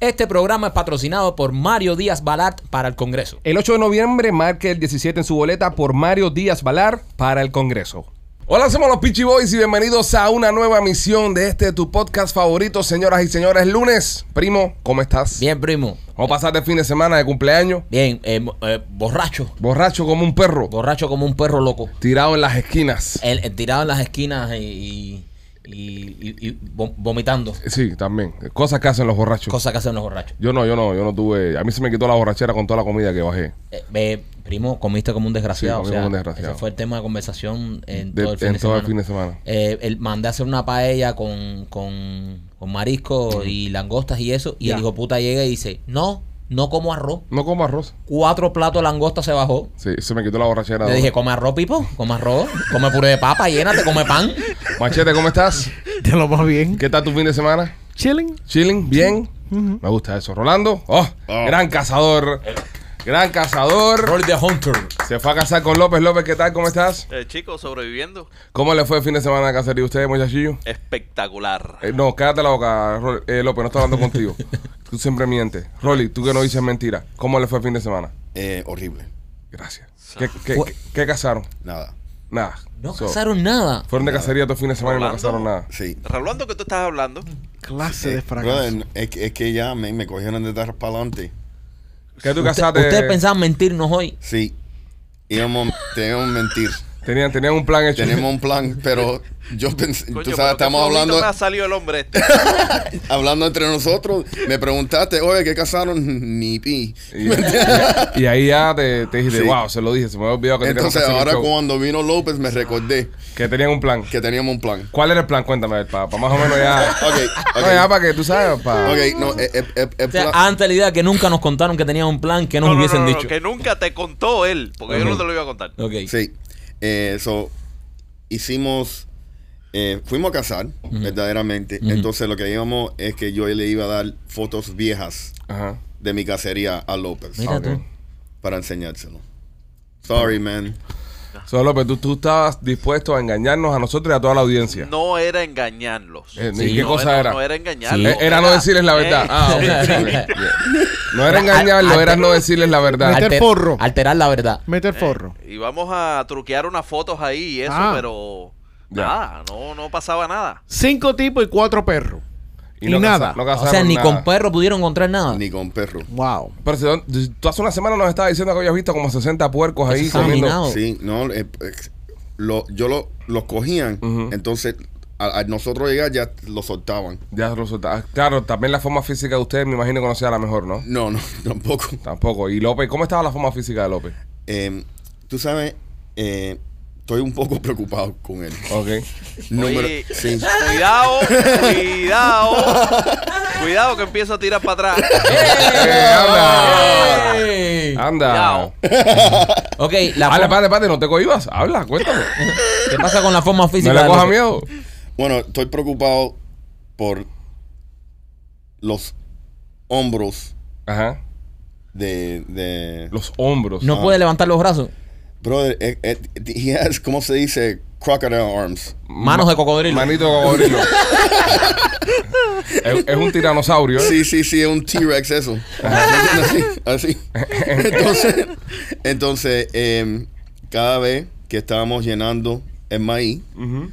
Este programa es patrocinado por Mario Díaz Balart para el Congreso. El 8 de noviembre marque el 17 en su boleta por Mario Díaz Valar para el Congreso. Hola, somos los Peachy Boys y bienvenidos a una nueva misión de este tu podcast favorito, señoras y señores. Lunes, primo, ¿cómo estás? Bien, primo. ¿Cómo pasaste el fin de semana de cumpleaños? Bien, eh, mo- eh, borracho. Borracho como un perro, Borracho como un perro loco. tirado en las esquinas. El, el tirado en las esquinas y, y- y- y- y vom- vomitando. Sí, también. Cosas que hacen los borrachos. Cosa que hacen los borrachos. yo no, yo no, yo no tuve. A mí se me quitó la borrachera con toda la comida que bajé. Eh, eh, primo, comiste como un desgraciado. Sí, comí o sea, como un desgraciado. Ese fue el tema de conversación en De- todo el fin de, en todo el semana. fin de semana. Eh, él- mandé a hacer una paella con, con, con marisco y langostas y eso. Y Ya. el hijo puta llega y dice: No, no como arroz. No como arroz. Cuatro platos de langosta se bajó. Sí, se me quitó la borrachera. Le dije, come arroz, Pipo, come arroz, come puré de papa, llénate, come pan. Machete, ¿cómo estás? De lo más bien. ¿Qué tal tu fin de semana? Chilling. Chilling, bien. Me gusta eso. Rolando, oh, gran cazador. Gran cazador. Roll the Hunter. Se fue a casar con López. López, ¿qué tal? ¿Cómo estás? Eh, chicos, sobreviviendo. ¿Cómo le fue el fin de semana a cacería a ustedes, muchachillo? Espectacular. Eh, no, cállate la boca, Rol- eh, López, no estoy hablando contigo. Tú siempre mientes. Rolly, tú que no dices mentira. ¿Cómo le fue el fin de semana? Eh, horrible. Gracias. ¿Qué, qué, qué- qué cazaron? Nada. Nada. No So, cazaron nada. Fueron de cacería todo el fin de semana y no Rolando. cazaron nada. Sí. Rolando, que tú estás hablando? Clase de fracaso. Brother, es, que- es que ya me, me cogieron de dar para adelante. ¿Qué tú Usted- cazaste? Ustedes pensaban mentirnos hoy. Sí. Íbamos, teníamos que mentir. Tenían, tenían un plan hecho. Tenemos un plan, pero yo pensé, Coño, tú pero qué sabes, estamos bonito hablando, me ha salido el hombre este. hablando entre nosotros. Me preguntaste, oye, ¿qué casaron? Ni pi. Y, y- y ahí ya te, te dijiste, Sí. wow, se lo dije, se me había olvidado que teníamos que Entonces hacer un ahora show". cuando vino López me recordé Que tenían un plan. que teníamos un plan. ¿Cuál era el plan? Cuéntame, para más o menos ya. Ok, ok. No, ya para que tú sabes, para. Ok, no, eh, eh, eh, eh, O sea, plan- antes la idea que nunca nos contaron que tenían un plan que nos No, no, no, hubiesen no, no, dicho. que nunca te contó él, porque yo Ujú. no te lo iba a contar. Ok. Sí. Eh, so, hicimos. eh, fuimos a cazar, verdaderamente. Ujú. Entonces, lo que íbamos es que yo le iba a dar fotos viejas Ajá. de mi cacería a López Mira Ok. tú. para enseñárselo. Sorry, man. So, López, tú, tú estabas dispuesto a engañarnos a nosotros y a toda la audiencia. No era engañarlos. Eh, ¿y Sí. ¿Qué No cosa era? No era Sí. engañarlos. Eh, Era no decirles la verdad. eh, Ah, ok, ok, bien. No era engañarlo, era no decirles la verdad. Meter porro. Alterar la verdad. Meter forro. Y vamos a truquear unas fotos ahí y eso, Ah. pero. Ya. Nada, no, no pasaba nada. Cinco tipos y cuatro perros. Y no caza- nada. no O cazaron sea, ni nada. con perro pudieron encontrar nada. Ni con perro. Wow. Pero si don- tú hace una semana nos estabas diciendo que habías visto como 60 puercos ahí Eso está comiendo. minado. Oh. Sí, no. eh, eh, lo- yo lo, los cogían, Ujú. entonces a, a nosotros llegar ya los soltaban. Ya resulta. ah, Claro, también la forma física de ustedes me imagino que no sea la mejor, ¿no? No, no, tampoco. Tampoco. Y López, ¿cómo estaba la forma física de López? Eh, Tú sabes, eh, estoy un poco preocupado con él. Ok. Número, Oye, sí. Cuidado, cuidado. cuidado que empiezo a tirar para atrás. Eh, anda. ¡Ey! Anda. Cuidado. Ah. Ok, la Habla, forma- padre, padre, no te cohibas. Habla, cuéntame. ¿qué pasa con la forma física? No le de coja López? miedo. Bueno, estoy preocupado por los hombros Ajá. de... de Los hombros. Ah. No puede levantar los brazos. brother, eh, eh, he has, ¿cómo se dice? Crocodile arms. Manos de cocodrilo. Manito de cocodrilo. es, es un tiranosaurio. ¿eh? Sí, sí, sí, es un T-Rex eso. así, así. Entonces, entonces em, cada vez que estábamos llenando el maíz, Ujú.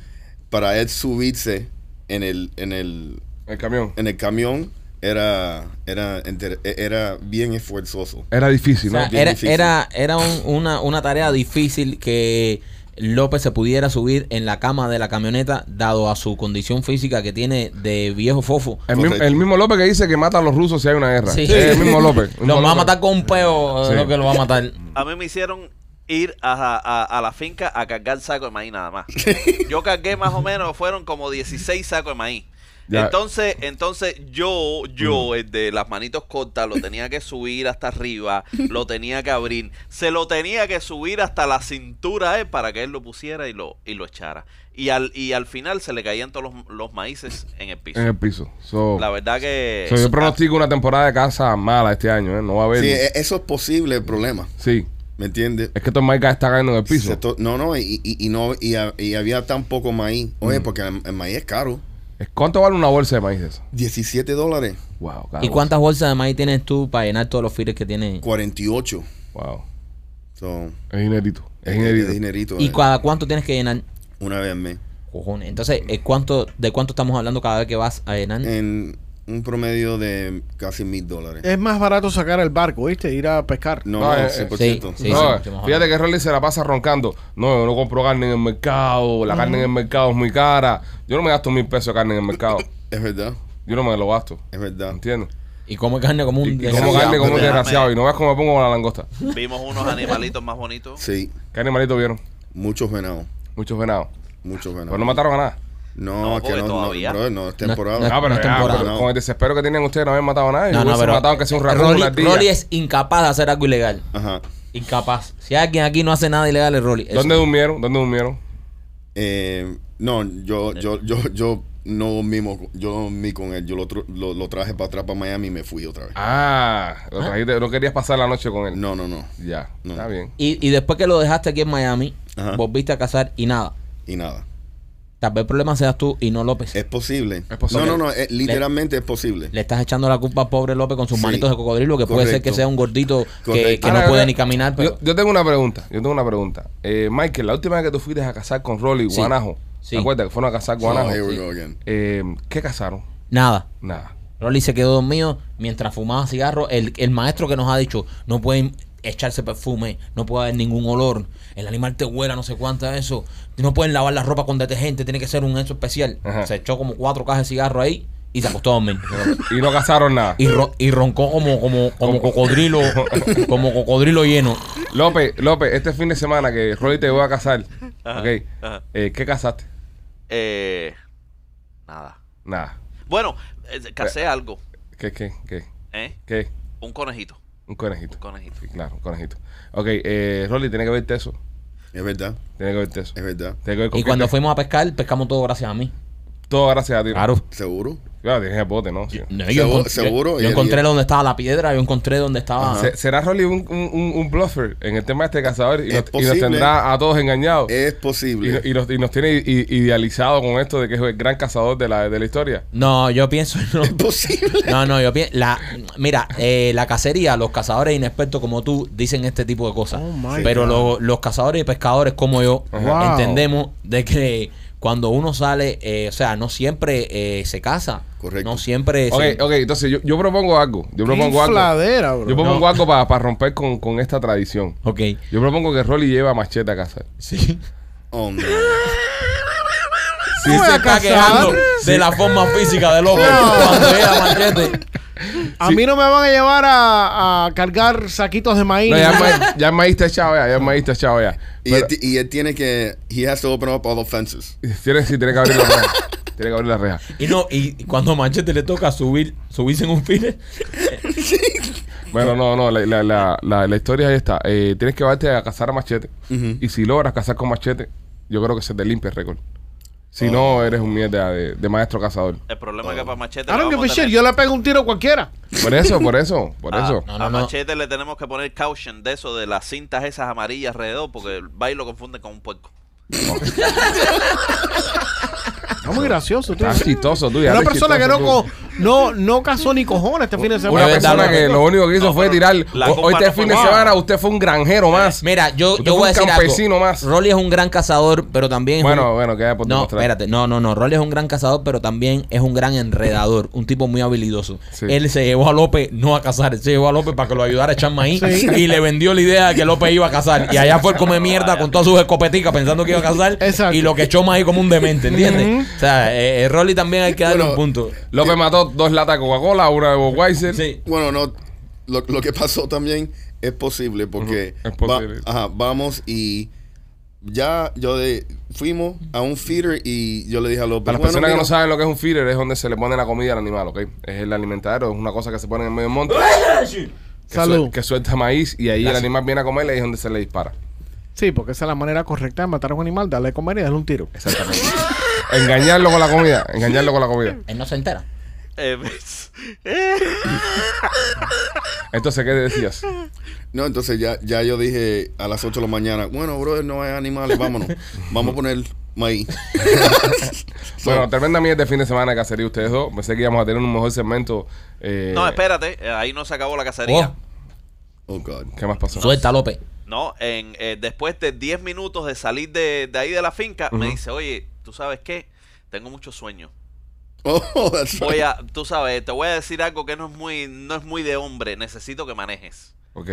para él subirse en el, en el, El camión. en el camión, era, era, enter- e, era bien esforzoso. Era difícil, O ¿no? sea, bien era, difícil. era, era un- una, una tarea difícil que López se pudiera subir en la cama de la camioneta, dado a su condición física que tiene de viejo fofo. el, mi- Correcto. el mismo López que dice que mata a los rusos si hay una guerra. Sí. Es el mismo López. El mismo Lo va a López. matar con un peo, Sí. es lo que lo va a matar. A mí me hicieron ir a, a- a la finca a cargar saco de maíz nada más. Yo cargué más o menos, fueron como 16 sacos de maíz. Ya. Entonces, entonces yo, yo, el de las manitos cortas, lo tenía que subir hasta arriba, lo tenía que abrir, se lo tenía que subir hasta la cintura a él para que él lo pusiera y lo, y lo echara. Y al, y al final se le caían todos los, los maíces en el piso. en el piso. So, La verdad que... Eh, ah, so, ah, yo pronostico una temporada de casa mala este año, ¿eh? No va a haber. Sí, Sí. e- eso es posible el problema, ¿me entiendes? Es que Tomaica está cayendo en el piso. Se to- No, no, y, y- y no y, ha- y había tan poco maíz. Oye, porque el, el maíz es caro. ¿Cuánto vale una bolsa de maíz eso? 17 dólares, Wow, ¿Y cuántas bolsas de maíz tienes tú para llenar todos los files que tienes? 48. Wow. So, Es dinerito. Es es dinerito. dinerito, ¿Y eh, cada cuánto tienes que llenar? una vez al mes. Cojones. Entonces, ¿eh, ¿cuánto, ¿de cuánto estamos hablando cada vez que vas a llenar? Eh. En un promedio de casi mil dólares. Es más barato sacar el barco, ¿viste? Ir a pescar. No, No, no, eh, 100%. sí, No, mucho mejor. fíjate que Rolly se la pasa roncando. No, yo no compro carne en el mercado. La carne en el mercado es muy cara. Yo no me gasto mil pesos de carne en el mercado. Es verdad, Yo no me lo gasto. es verdad. ¿Entiendes? Y come carne como un... Y, y como desgraciado. carne como un pero desgraciado. déjame. Y no ves cómo me pongo con la langosta. Vimos unos animalitos más bonitos. Sí, ¿Qué animalitos vieron? muchos venados. Muchos venados. Muchos venados. Pero Pues no mataron a nada. No, No, es que porque no, no, todavía. brother, no, es temporada. No, Ah, pero, no es ya, temporada. pero con el desespero que tienen ustedes no habían matado a nadie. No, Yo no, hubiese pero... matado que sea un ratón, Rolly, una ardilla. Rolly es incapaz de hacer algo ilegal. Ajá. Incapaz. Si alguien aquí no hace nada ilegal es Rolly. Eso. ¿Dónde durmieron? ¿Dónde durmieron? Eh, no, yo, yo, yo, yo no dormí, mo- yo no dormí con él. Yo lo, tru- lo, lo traje para atrás, para Miami y me fui otra vez. Ah, lo trajiste- no querías pasar la noche con él. No, no, no. Ya, No. está bien. Y, y después que lo dejaste aquí en Miami, Ajá. volviste a casar y nada. Y nada. Tal vez el problema seas tú y no López. Eh. Es posible. Es posible. No, no, no. eh, literalmente es posible. Le estás echando la culpa al pobre López con sus Sí. manitos de cocodrilo, que puede ser que Correcto. sea un gordito que, Correcto. que no Ahora, puede yo- ni caminar, Ah, Yo, pero yo tengo una pregunta, yo tengo una pregunta. Eh, Michael, la última vez que tú fuiste a cazar con Rolly, Sí. Guanajo, Sí. ¿te acuerdas que fueron a cazar Oh, Guanajo? here we go again. Eh, ¿Qué cazaron? nada. Nada. Rolly se quedó dormido mientras fumaba cigarro. El, el maestro que nos ha dicho, no pueden echarse perfume, no puede haber ningún olor, el animal te huela, no sé cuánta eso, no pueden lavar la ropa con detergente, tiene que ser un eso especial. Ajá. Se echó como cuatro cajas de cigarro ahí y se acostó a dormir. Y no cazaron nada. y, ro- y roncó como, como, como cocodrilo, como cocodrilo lleno. López, López, este fin de semana que Rolly te voy a cazar, Ajá, ok, ajá. eh, ¿qué cazaste? Eh, nada. Nada. Bueno, eh, casé algo, ¿Qué, qué, qué, ¿eh? qué? Un conejito. Un conejito. Un conejito. Sí, claro, un conejito. Ok, eh, Rolly, tiene que verte eso. Es verdad, Tiene que verte eso. es verdad. Tiene que ver con Y qué cuando te- fuimos a pescar, pescamos todo gracias a mí. Todo gracias a ti. Claro. ¿Seguro? Claro, tienes el bote, ¿no? Sí. No, Seguro- encon- seguro, yo- y yo el- encontré donde estaba la piedra, yo encontré donde estaba. Se- ¿Será Rolly un, un- un- un bluffer en el tema de este cazador y, nos, Es y nos posible. tendrá a todos engañados? Es Y, posible. no- y nos, y nos tiene i- idealizado con esto de que es el gran cazador de la, de la historia. No, yo pienso. No, Es posible. no, no, yo pienso. La, mira, eh, la cacería, los cazadores inexpertos como tú dicen este tipo de cosas. Oh, my pero lo- God. los cazadores y pescadores como yo Wow. entendemos de que cuando uno sale, eh, o sea, no siempre eh, se casa. Correcto. No siempre. Ok, se- ok, entonces yo, yo propongo algo. Yo Qué propongo algo. infladera, bro. Yo propongo No. algo para romper con, con esta tradición. ok. Yo propongo que Rolly lleva machete a cazar. Sí. Oh, no. Sí, se está quejando de la forma física de López cuando era machete. A mí no me van a llevar a, a cargar saquitos de maíz. No, ya el maíz- ya el maíz está echado ya, ya el maíz está echado ya. Y, él, ti- y él tiene que. He has to open up all the fences. Tiene, sí, tiene que abrir la reja. tiene que abrir la reja. Y no, y cuando a Machete le toca subir, subirse en un file, Bueno, no, no, la, la, la, la, la historia ahí está. Eh, tienes que verte a cazar a machete. Y si logras cazar con machete, yo creo que se te limpia el récord. Oh. Si no, eres un mierda de, de maestro cazador. El problema es que para Machete... I le don't give vamos a a tener- shit. Yo le pego un tiro a cualquiera. Por eso, por eso, por Ah, eso. no, a no, no. Machete le tenemos que poner caution de eso, de las cintas esas amarillas alrededor, porque el baile lo confunde con un puerco. Está muy gracioso. tú. Estás chistoso tú. ya Una eres persona que no, chistoso tú. co- no, no casó ni cojones este fin de semana. Una Es verdad, persona no. que lo único que hizo No, fue pero tirar. la O- culpa Hoy este no fue fin de mía. semana usted fue un granjero más. Mira, yo, Usted yo fue voy a un decir campesino algo. más. Rolly es un gran cazador, pero también es Bueno, un- bueno, queda por no, demostrar. espérate, no, no, no. Rolly es un gran cazador, pero también es un gran enredador, un tipo muy habilidoso. Sí. Él se llevó a López no a cazar, él se llevó a López para que lo ayudara a echar maíz y le vendió la idea de que López iba a cazar. Y allá fue el come mierda con todas sus escopeticas pensando que iba a cazar Exacto. y lo que echó maíz como un demente, ¿entiendes? O sea, eh, eh, Rolly también hay que darle Bueno, un punto. López mató dos latas de Coca-Cola, una de Budweiser. Sí. Bueno, no. Lo, lo que pasó también es posible porque. Ujú, es posible. va- ajá, vamos y ya yo de- fuimos a un feeder y yo le dije a López. Para las bueno, personas que mira, no saben lo que es un feeder, es donde se le pone la comida al animal, ¿ok? Es el alimentadero, es una cosa que se pone en el medio del monte. que, suel- Salud. que suelta maíz y ahí el animal viene a comer y ahí es donde se le dispara. Sí, porque esa es la manera correcta de matar a un animal, darle de comer y darle un tiro. Exactamente. engañarlo con la comida, engañarlo con la comida. Él no se entera. Eh, eh, Entonces, ¿qué decías? No, entonces ya, ya yo dije a las 8 de la mañana, bueno, brother, no hay animales, vámonos. Vamos a poner maíz. So, Bueno, tremenda mierda de fin de semana de cacería ustedes dos. Pensé que íbamos a tener un mejor segmento. eh, no, espérate, eh, ahí no se acabó la cacería. oh, God. ¿Qué más pasó? Oh, Suelta, López. No, en, eh, después de 10 minutos de salir de, de ahí de la finca, me dice, oye, ¿tú sabes qué? Tengo mucho sueño. Oh, that's Voy right. a, tú sabes, te voy a decir algo que no es muy, no es muy de hombre. Necesito que manejes. Ok.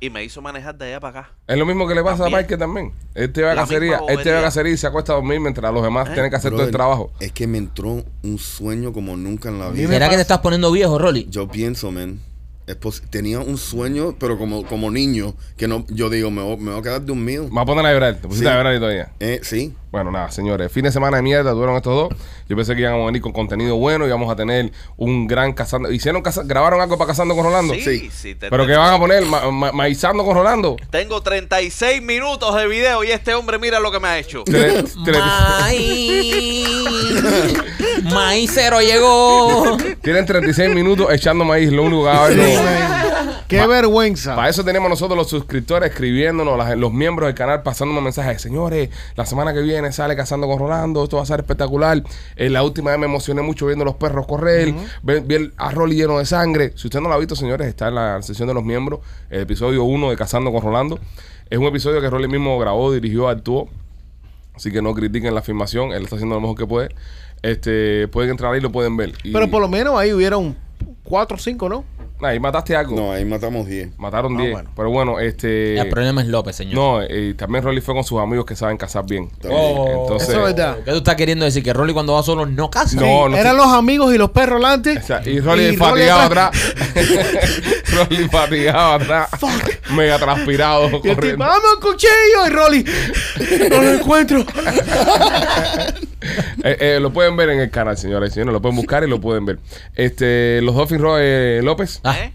Y me hizo manejar de allá para acá. Es lo mismo que le pasa También. a Parker también. Él te va a La cacería, misma él te va a bobería. ¿Eh? cacería y se acuesta a dormir mientras los demás tienen que hacer todo el Brother, trabajo. Es que me entró un sueño como nunca en la vida. ¿Será que te estás poniendo viejo, Rolly? Yo pienso, man. es pos- tenía un sueño, pero como, como niño, que no, yo digo, me, voy- me voy a quedar dormido. Me va a poner a llorar, te pusiste Sí. a llorar y todavía. Eh, sí. Bueno, nada, señores, fin de semana de mierda tuvieron estos dos. Yo pensé que íbamos a venir con contenido bueno, íbamos a tener un gran cazando. ¿Hicieron caza- grabaron algo para cazando con Rolando? Sí, sí. sí. te- ¿Pero te- qué van a poner? Ma- ma- ¿Maizando con Rolando? Tengo 36 minutos de video y este hombre mira lo que me ha hecho. Tre- tre- Maíz. Maíz cero llegó. Tienen 36 minutos echando maíz, lo único que va a haber. ¡Qué vergüenza! Para eso tenemos nosotros los suscriptores escribiéndonos, las- los miembros del canal pasándome mensajes. Señores, la semana que viene sale Cazando con Rolando, esto va a ser espectacular. Eh, la última vez me emocioné mucho viendo los perros correr, ver, ver a Rolly lleno de sangre. Si usted no lo ha visto, señores, está en la sección de los miembros, el episodio 1 de Cazando con Rolando. Es un episodio que Rolly mismo grabó, dirigió, actuó. Así que no critiquen la filmación, él está haciendo lo mejor que puede. Este, pueden entrar ahí y lo pueden ver. Y- Pero por lo menos ahí hubieron cuatro o cinco, ¿no? Ahí mataste algo. No, ahí matamos 10. Mataron Ah, 10. bueno. Pero bueno, este. El problema es López, señor. No, y también Rolly fue con sus amigos que saben cazar bien. También. Oh. Entonces- Eso es verdad. ¿Qué tú estás queriendo decir? ¿Que Rolly cuando va solo no casa? No, no. Eran los amigos y los perros delante. O sea, y Rolly Y Rolly fatigado atrás. atrás. Rolly fatigado atrás. Mega transpirado. Y el tipo, corriendo. ¡vamos al cuchillo! Y Rolly, no lo encuentro. Eh, eh, lo pueden ver en el canal, señores y señores. Lo pueden buscar y lo pueden ver. Este, los Dolphins Ro- eh, López. Ah, ¿Eh?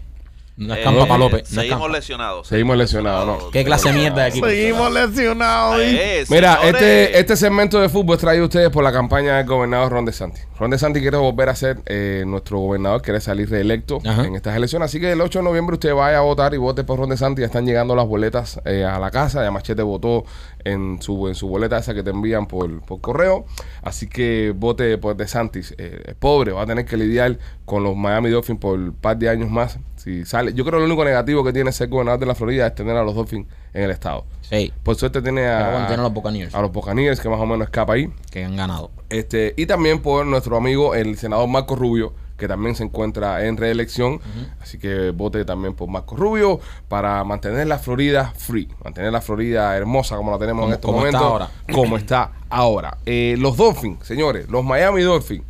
no Eh, escampa para López. no seguimos escampa. lesionados. Seguimos lesionados, ¿no? ¿Qué clase de mierda de equipo? Seguimos lesionados. y- Eh, Mira, señores. este, este segmento de fútbol es traído a ustedes por la campaña del gobernador Ron DeSantis. Ron DeSantis quiere volver a ser eh, nuestro gobernador, quiere salir reelecto Ajá. en estas elecciones. Así que el 8 de noviembre usted vaya a votar y vote por Ron DeSantis. Ya están llegando las boletas eh, a la casa. Ya Machete votó en su, en su boleta esa que te envían por, por correo. Así que vote por DeSantis. Eh, es pobre, va a tener que lidiar con los Miami Dolphins por un par de años más. Si sale, yo creo que lo único negativo que tiene ser gobernador de la Florida es tener a los Dolphins en el estado. Sí. Por suerte tiene Pero a, bueno, tiene a los Buccaneers. a los Buccaneers, que más o menos escapa ahí. Que han ganado. Este, y también por nuestro amigo, el senador Marco Rubio, que también se encuentra en reelección. Así que vote también por Marco Rubio para mantener la Florida free, mantener la Florida hermosa como la tenemos Como- en estos como está momentos. ahora. Como está ahora. Eh, los Dolphins, señores, los Miami Dolphins.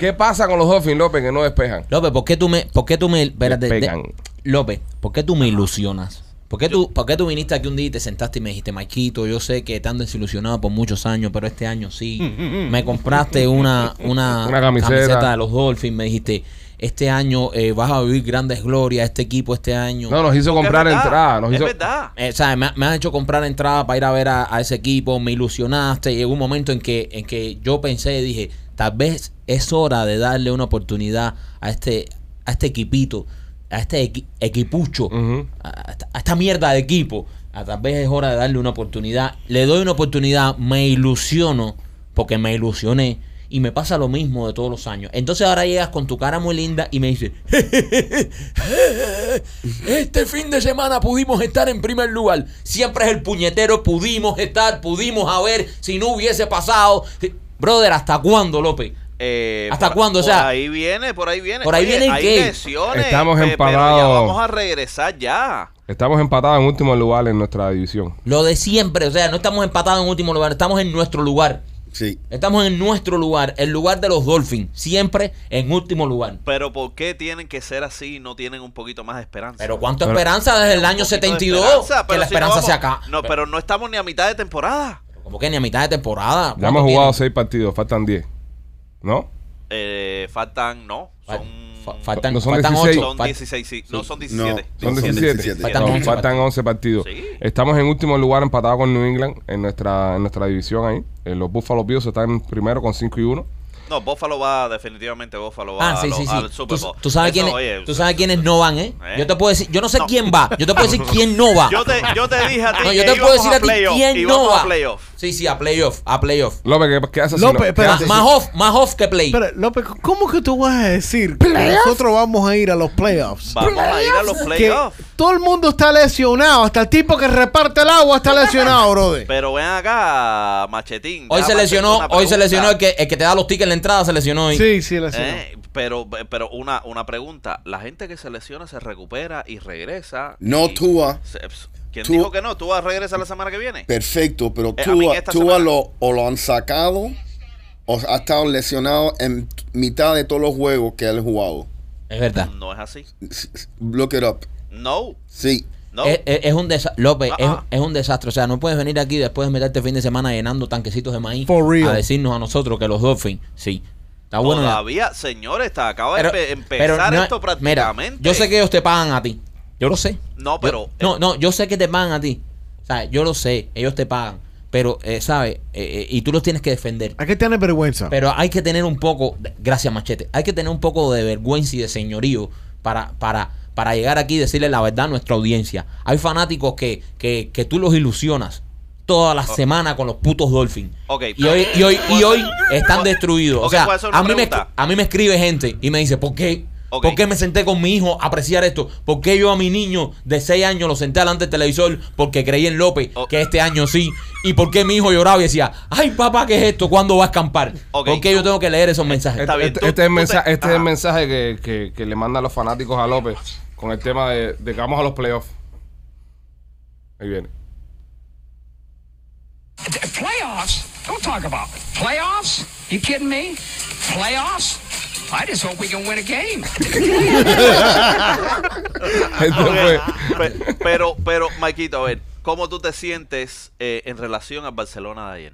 ¿Qué pasa con los Dolphins, López, que no despejan? López, ¿por qué tú me, por qué tú me, espérate, de- pegan. López, ¿por qué tú me ilusionas? ¿Por qué, tú, ¿Por qué tú viniste aquí un día y te sentaste y me dijiste, Maikito, yo sé que te han desilusionado por muchos años, pero este año sí. Mm, Me compraste una, una, Una camiseta. de los Dolphins, me dijiste, este año eh, vas a vivir grandes glorias, este equipo este año. No, nos hizo Porque es comprar verdad, entrada. Nos es hizo, verdad. Eh, ¿sabes? Me, ha- me has hecho comprar entrada para ir a ver a, a ese equipo, me ilusionaste. Llegó un momento en que, en que yo pensé y dije, tal vez es hora de darle una oportunidad a este, a este equipito, a este equi- equipucho, Ujú. a, a esta- a esta mierda de equipo. A, tal vez es hora de darle una oportunidad. Le doy una oportunidad, me ilusiono, porque me ilusioné. Y me pasa lo mismo de todos los años. Entonces ahora llegas con tu cara muy linda y me dices, este fin de semana pudimos estar en primer lugar. Siempre es el puñetero, pudimos estar, pudimos haber, si no hubiese pasado. Brother, ¿hasta cuándo, López? Eh, ¿Hasta por- cuándo? O Por sea, ahí viene, por ahí viene. ¿por ahí viene hay qué? lesiones, Estamos pe- Pero ya empalados. vamos a regresar ya. Estamos empatados en último lugar en nuestra división. Lo de siempre, o sea, no estamos empatados en último lugar, estamos en nuestro lugar. Sí. Estamos en nuestro lugar, el lugar de los Dolphins, siempre en último lugar. Pero ¿por qué tienen que ser así y no tienen un poquito más de esperanza? Pero cuánta Pero- esperanza desde el año Un poquito de 72 esperanza, que pero la si no esperanza vamos- sea acá. No, pero no estamos ni a mitad de temporada. Como que ni a mitad de temporada. Ya hemos jugado seis partidos, faltan diez. ¿No? Eh, faltan, no, Fal- son, fa- faltan No son faltan 16. ocho, son fal- 16, sí. no, son No, 17. Son Son 17. 17. No, Faltan Faltan, 11 11 partidos. Sí. Estamos en último lugar empatados con New England en nuestra, en nuestra división ahí. Eh, los Buffalo Bills están primero con 5 y 1. No, Buffalo va, definitivamente Buffalo va Ah, sí, a lo- sí, al sí. Super Tú, Bowl. tú sabes, Eso, quiénes, oye, tú sabes quiénes no van, ¿eh? ¿Eh? Yo te puedo decir, yo no sé No. quién va, yo te puedo decir quién no va. Yo te, yo te dije a ti no, que yo te puedo íbamos decir a ti playoff, y quién no vamos va. a playoff. Sí, sí, a playoff, a playoff. López, ¿qué, qué haces? si López, no- espera. ¿qué Más, haces? más off, más off que play. Pero, López, ¿cómo que tú vas a decir que nosotros vamos a ir a los playoffs? Vamos a ir a los Que playoffs. todo el mundo está lesionado, hasta el tipo que reparte el agua está lesionado, brother. Pero ven acá, Machetín. Hoy ya se va a lesionó, hacerte una hoy se pregunta. lesionó el que, el que te da los tickets en la entrada, se lesionó hoy. Sí, sí, lesionado. Eh, Pero, pero una, una pregunta. La gente que se lesiona se recupera y regresa. No y- Tua. se- ps- ¿Quién Tua- dijo que no? ¿Tú vas a regresar la semana que viene? Perfecto, pero Eh, a mí Tua, esta Tua semana- lo, o lo han sacado o ha estado lesionado en t- mitad de todos los juegos que él ha jugado. Es verdad. No es así. S- s- Look it up. No, Sí. no. Es, es- es un desastre, López, es- Ah, ah. es, un desastre. O sea, no puedes venir aquí después de meterte fin de semana llenando tanquecitos de maíz For real. a decirnos a nosotros que los Dolphins, sí. Está ah, bueno. ya. Todavía, señores, está, acaba Pero- de empe- pero empezar no- esto mira, prácticamente. yo sé que ellos te pagan a ti. Yo lo sé. No, pero. Yo- no, no, yo sé que te pagan a ti. O sea, yo lo sé, ellos te pagan. Pero, eh, ¿sabes? Eh, eh, y tú los tienes que defender. ¿A qué tienes vergüenza? Pero hay que tener un poco, gracias Machete, hay que tener un poco de vergüenza y de señorío para, para, para llegar aquí y decirle la verdad a nuestra audiencia. Hay fanáticos que, que, que tú los ilusionas toda la semana con los putos Dolphins. Ok. Y hoy, y hoy, y hoy están Ok, destruidos. O ¿puedo sea, hacer una a mí, me, pregunta? a mí me escribe gente y me dice, ¿por qué? Ok. ¿Por qué me senté con mi hijo a apreciar esto? ¿Por qué yo a mi niño de 6 años lo senté delante del televisor porque creí en López Ok. que este año sí? ¿Y por qué mi hijo lloraba y decía, ay papá, ¿qué es esto? ¿Cuándo va a escampar? Ok. Eh, ¿Por qué yo tengo que leer esos mensajes? Ah, Está Este, bien, este- tú- este es, el tú te- mensaje, este es el Ajá. mensaje que, que- que le mandan los fanáticos a López con el tema de, de que vamos a los playoffs. Ahí viene. Playoffs? Don't talk about it. Playoffs? You kidding me? Playoffs? I just hope we can win a game. Este eh, Ok, fue- pe- pero, pero, Maikito, a ver, ¿cómo tú te sientes eh, en relación al Barcelona de ayer?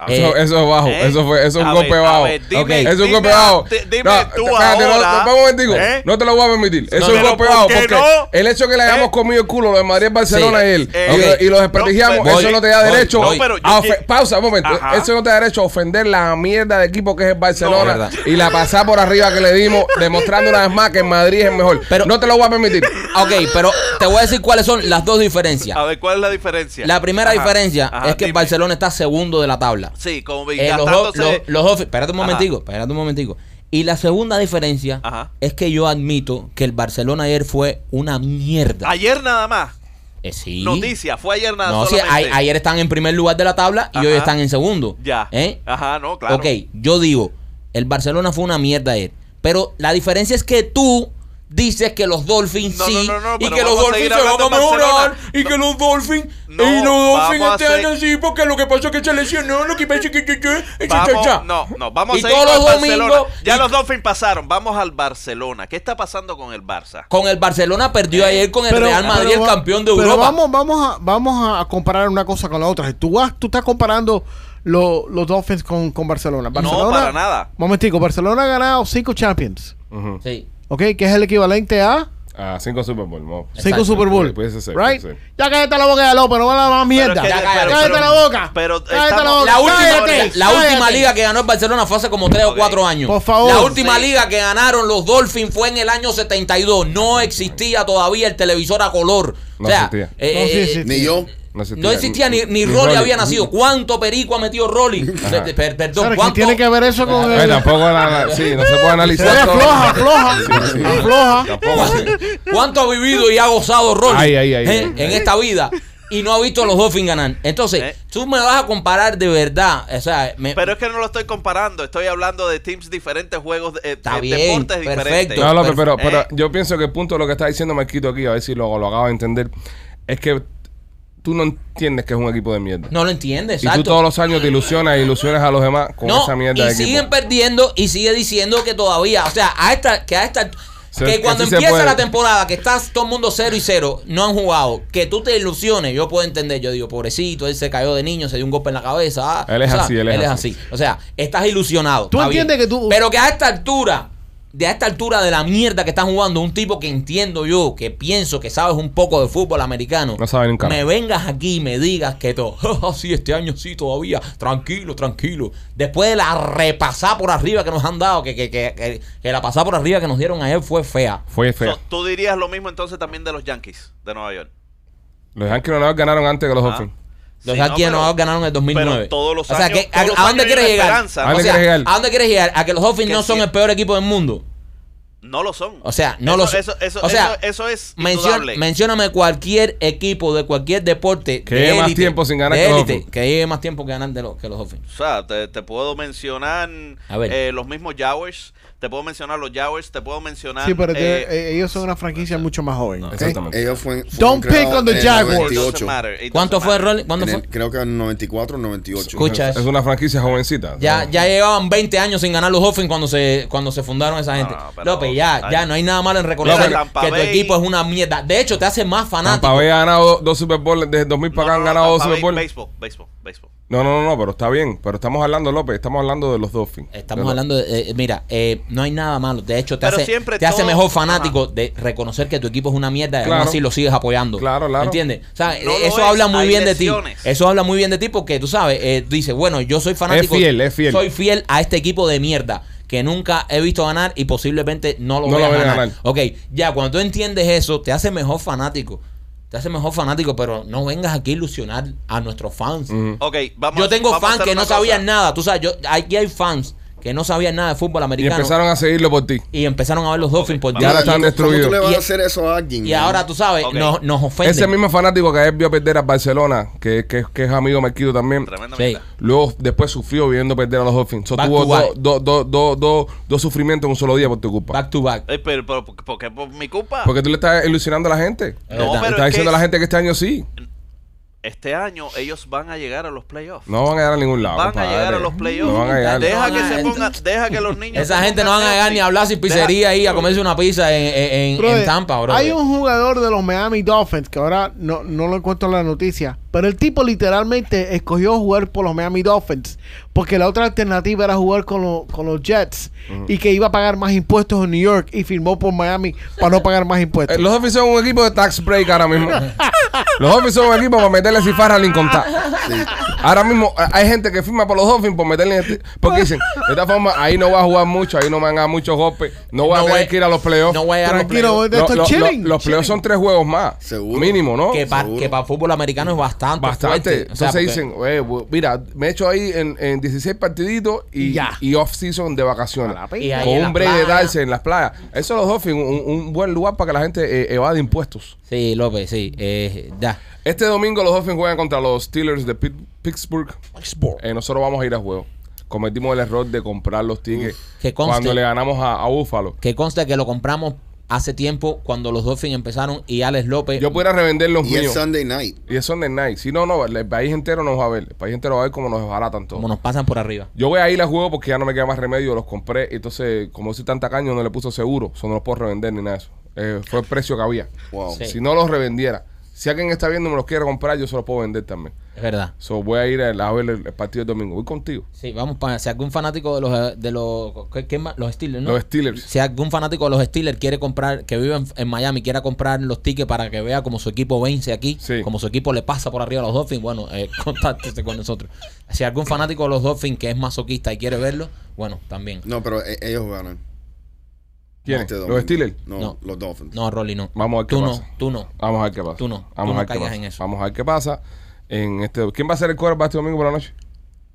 A ver. Eso, Eh, eso es bajo, ¿Eh? eso fue, eso es A un ver, golpe a bajo. ver, dime- Ok. Eso es un dime golpe a- bajo. di- dime tú espérate, no, ahora. no, un momentico. ¿Eh? No te lo voy a permitir. Eso es un pero golpe ¿por bajo. qué Porque no? el hecho que le hayamos comido el culo lo de Madrid Barcelona Sí. y él Eh, y lo- y, ok. los No, pues, desperdiciamos, pero- eso no te da voy, derecho. voy. No, pero yo a ofe- quiero- pausa, un momento. Ajá. Eso no te da derecho a ofender la mierda de equipo que es el Barcelona No, verdad. y la pasada por arriba que le dimos, demostrando una vez más que en Madrid es el mejor. Pero- no te lo voy a permitir. Ok, pero te voy a decir cuáles son las dos diferencias. A ver, ¿cuál es la diferencia? Eh, La primera Ah, Ajá, diferencia ajá, es que el dime. Barcelona está segundo de la tabla. Sí, como Eh, los, dos- gastándose- los, los dos- espérate un momentico, espérate un momentico. Y la segunda diferencia Ajá. es que yo admito que el Barcelona ayer fue una mierda. Ayer nada más. Eh, sí. Noticia, fue ayer nada No, más. sí, a- ayer están en primer lugar de la tabla y hoy Ajá. están en segundo. Ya. ¿Eh? Ajá, no, claro. Ok, yo digo, el Barcelona fue una mierda ayer. Pero la diferencia es que tú dices que los Dolphins No, sí no, no, no, y pero que los vamos a Dolphins seguir se van a hablando de mejorar Barcelona. y que los Dolphins No, y los Dolphins vamos a este ser- año sí porque lo que pasó es que se lesionó, lo que pasa es que que- que- que- cha, cha. Vamos, no, no, vamos Y a seguir todos con los el Barcelona. domingos- ya y- los Dolphins pasaron, vamos al Barcelona. ¿Qué está pasando con el Barça? Con el Barcelona perdió ayer con el Real Madrid, pero el va- campeón de pero Europa. vamos, vamos, a, vamos a comparar una cosa con la otra. Si tú, vas, tú estás comparando lo- los Dolphins con, con Barcelona. Barcelona. para nada. Momentico, Barcelona ha ganado cinco Champions. Ujú. Sí. ¿Ok? Que es el equivalente a Ah, cinco Super Bowl. vamos. cinco Exacto. Super Bowl. Puede ser, puede right? ser. Ya cállate la boca de López, no va a la más mierda. Pero es que- Ya cállate. pero- Cállate la boca. Pero Cállate la estamos- boca. La última, Cállate, la cállate. última liga que ganó el Barcelona fue hace como 3 o Ok. 4 años. Por favor. La última Sí. liga que ganaron los Dolphins fue en el año 72. No existía todavía el televisor a color. No o sea, existía. eh, No, sí, eh, sí. Ni yo. No existía ni, ni Rolly había nacido. ¿Cuánto perico ha metido Rolly? Ajá. Per- per- Claro, perdón, ¿qué ¿cuánto? tiene que ver eso con Eh, el... tampoco la- sí, no se puede Se analizar. ve todo. afloja, afloja, sí. afloja. Tampoco así. ¿Cuánto ha vivido y ha gozado Rolly Ay, ay, ay, eh, ay. en esta vida? Y no ha visto a los Dolphins ganar. Entonces, Eh. tú me vas a comparar de verdad. O sea, me- Pero es que no lo estoy comparando, estoy hablando de teams diferentes, juegos, eh, Está de- bien, deportes diferentes. perfecto. No, López, pero, Perf- pero eh. yo pienso que el punto de lo que está diciendo Marquito aquí, a ver si lo, lo acabo de entender, es que tú no entiendes que es un equipo de mierda. No lo entiendes, y tú todos los años te ilusionas e ilusionas a los demás con no, esa mierda y de equipo. siguen perdiendo y sigue diciendo que todavía, o sea, a esta, que a esta, Se- que que cuando sí se empieza puede. la temporada, que estás todo el mundo 0 y 0, no han jugado, que tú te ilusiones, yo puedo entender, yo digo, pobrecito, él se cayó de niño, se dio un golpe en la cabeza. ah, Él es o sea, así, él es así. O sea, estás ilusionado. Tú está bien. entiendes que tú- Pero que a esta altura, de a esta altura de la mierda que están jugando, un tipo que entiendo yo, que pienso que sabes un poco de fútbol americano, No sabe ni un carajo. me vengas aquí y me digas que todo, "Ah, sí, este año sí todavía, tranquilo, tranquilo. Después de la repasada por arriba que nos han dado, que, que, que, que- que la pasada por arriba que nos dieron ayer fue fea. Fue feo. So, Tú dirías lo mismo entonces también de los Yankees de Nueva York. Los Yankees de Nueva York ganaron antes que Ah, los Dolphins. Los Sí, Yankees de no, Nueva pero- York ganaron en el 2009. pero todos los o sea, años- que, a, todos los ¿a dónde años hay quieres una llegar? ¿no? esperanza, O sea, ¿A dónde quieres llegar? ¿A dónde quieres llegar? ¿A que los Dolphins Que no son sí. el peor equipo del mundo? No lo son. O sea, no Eso- lo sé. Eso, eso, O sea, eso, eso es Mencion, indudable. mencióname cualquier equipo de cualquier deporte Que de lleve más élite, tiempo sin ganar de que los élite, Dolphins. que lleve más tiempo que ganar de los, que los Dolphins. O sea, te, te puedo mencionar A ver. eh, los mismos Jaguars, te puedo mencionar los Jaguars, te puedo mencionar... Sí, pero tiene- eh, eh, ellos son una franquicia mucho más joven. ¿ok? Exactamente. Ellos fueron, Don't pick creados on the en el it Jaguars. doesn't 98. matter, it doesn't ¿Cuánto fue el matter. rol? ¿Cuándo En fue? el- creo que en 94 o 98. Escucha Es eso. una franquicia jovencita. Ya, ya llevaban 20 años sin ganar los Dolphins cuando se, cuando se fundaron esa gente. No, pero- López, ya, ya no hay nada malo en López, reconocer Tampa que tu Bay- equipo es una mierda. De hecho, te hace más Tampa fanático. Bay ha ganado dos Super Bowls. Desde 2000 para acá han ganado dos Tampa Super Bay, Bowls. Béisbol, béisbol, béisbol. No, no, no, no, pero está bien. Pero estamos hablando, López, estamos hablando de los Dolphins. Estamos De los- hablando de, eh, mira, eh, no hay nada malo. De hecho, te, Pero hace, siempre te hace todo- mejor fanático de reconocer que tu equipo es una mierda y aún Claro. así lo sigues apoyando. Claro, claro. ¿Entiendes? O sea, No eh, lo eso es, habla muy hay bien lesiones. de ti. Eso habla muy bien de ti porque tú sabes, eh, dices, bueno, yo soy fanático. Es fiel, es fiel. Soy fiel a este equipo de mierda que nunca he visto ganar y posiblemente no lo No voy lo a voy a ganar. ganar. Ok, ya, cuando tú entiendes eso, te hace mejor fanático. Te hace mejor fanático, pero no vengas aquí a ilusionar a nuestros fans. Mm. Ok, vamos Yo tengo vamos a fans hacer que una no sabían cosa. nada. Tú sabes, yo, aquí hay fans que no sabían nada de fútbol Y americano. empezaron a seguirlo por ti. y empezaron a ver los Dolphins por Ya ya. lo están destruidos. ¿Cómo tú le vas Y- a hacer eso a alguien? Y ahora tú sabes, Ok. nos, nos ofenden. Ese mismo fanático que ayer vio perder a Barcelona, que, que, que es amigo Marquito también. Tremenda Sí. mierda. Luego después sufrió viendo perder a los Dolphins. So, Back tuvo to back. dos dos dos dos dos- dos sufrimientos en un solo día por tu culpa. Back to back. Eh, pero, pero, ¿por por qué por mi culpa? Porque tú le estás ilusionando a la gente. Es no, verdad. pero estás es que diciendo a la gente que este año sí. este año ellos van a llegar a los playoffs. No van a llegar a ningún lado. van a compadre. llegar a los playoffs. No van a llegar. Deja No, que no, se no. ponga, deja que los niños. Esa se gente no pongan van a llegar ni a hablar sin healthy. pizzería Deja- ahí a comerse una pizza en, en- en- Brother, en Tampa, bro. eh, Hay un jugador de los Miami Dolphins que ahora no, no lo encuentro en la noticia, pero el tipo literalmente escogió jugar por los Miami Dolphins porque la otra alternativa era jugar con, lo- con los Jets y que iba a pagar más impuestos en New York y firmó por Miami para no pagar más impuestos. Eh, los Dolphins son un equipo de tax break ahora mismo. los Dolphins son un equipo para meterle cifarra al income tax. Ahora mismo eh, hay gente que firma por los Dolphins por meterle. este- Porque dicen, de esta forma, ahí no va a jugar mucho, ahí no van a dar muchos golpes, no voy a No tener voy- que ir a los playoffs. no voy a llegar a los Tranquilo, playoffs. voy de esto Lo- lo- lo- chilling. los playoffs son tres juegos más. Seguro. Mínimo, ¿no? que para seguro. el fútbol americano es bastante. Bastante. fuerte. O sea, Entonces porque- dicen, "Oye, bu- mira, me he hecho ahí en, en 16 partiditos y, Ya. y off-season de vacaciones. Y ahí con en un las break de playas. darse en las playas. Eso es los Dolphins, un, un buen lugar para que la gente eh, evade impuestos. Sí, López, sí. eh, da. Este domingo los Dolphins juegan contra los Steelers de Pit- Pittsburgh. Eh, nosotros vamos a ir a juego. Cometimos el error de comprar los tickets Que conste. cuando le ganamos a, a Buffalo. Que consta que lo compramos hace tiempo cuando los Dolphins empezaron y Alex López. Yo pudiera revender los Y es míos. Sunday night. Y es Sunday night. Si no, no, el país entero nos va a ver. El país entero va a ver cómo nos desbaratan todo. como nos pasan por arriba. Yo voy a ir a juego porque ya no me queda más remedio, los compré. Entonces, como soy tan tacaño, no le puso seguro. Eso no lo puedo revender ni nada de eso. Eh, fue el precio que había. Wow. Sí. Si no los revendiera, si alguien está viendo y me los quiere comprar, yo se los puedo vender también. Es verdad. So, voy a ir a, a ver el, el partido del domingo. Voy contigo. Sí, vamos para. Si algún fanático de los. eh, De los ¿qué- qué más? los Steelers, ¿no? Los Steelers. Si algún fanático de los Steelers quiere comprar, que vive en, en Miami, quiera comprar los tickets para que vea como su equipo vence aquí, Sí. como su equipo le pasa por arriba a los Dolphins, bueno, eh, contáctese con nosotros. Si algún fanático de los Dolphins que es masoquista y quiere verlo, bueno, también. No, pero e- ellos ganan. ¿Quiénes? Este domingo. los Steelers. No, No. los Dolphins. No, Rolly, no. Vamos a ver qué tú no, pasa. tú no. Vamos a ver qué pasa. Tú no. Tú Vamos no a ver qué caigas pasa. en eso. Vamos a ver qué pasa. En este, ¿Quién va a ser el quarterback este domingo por la noche?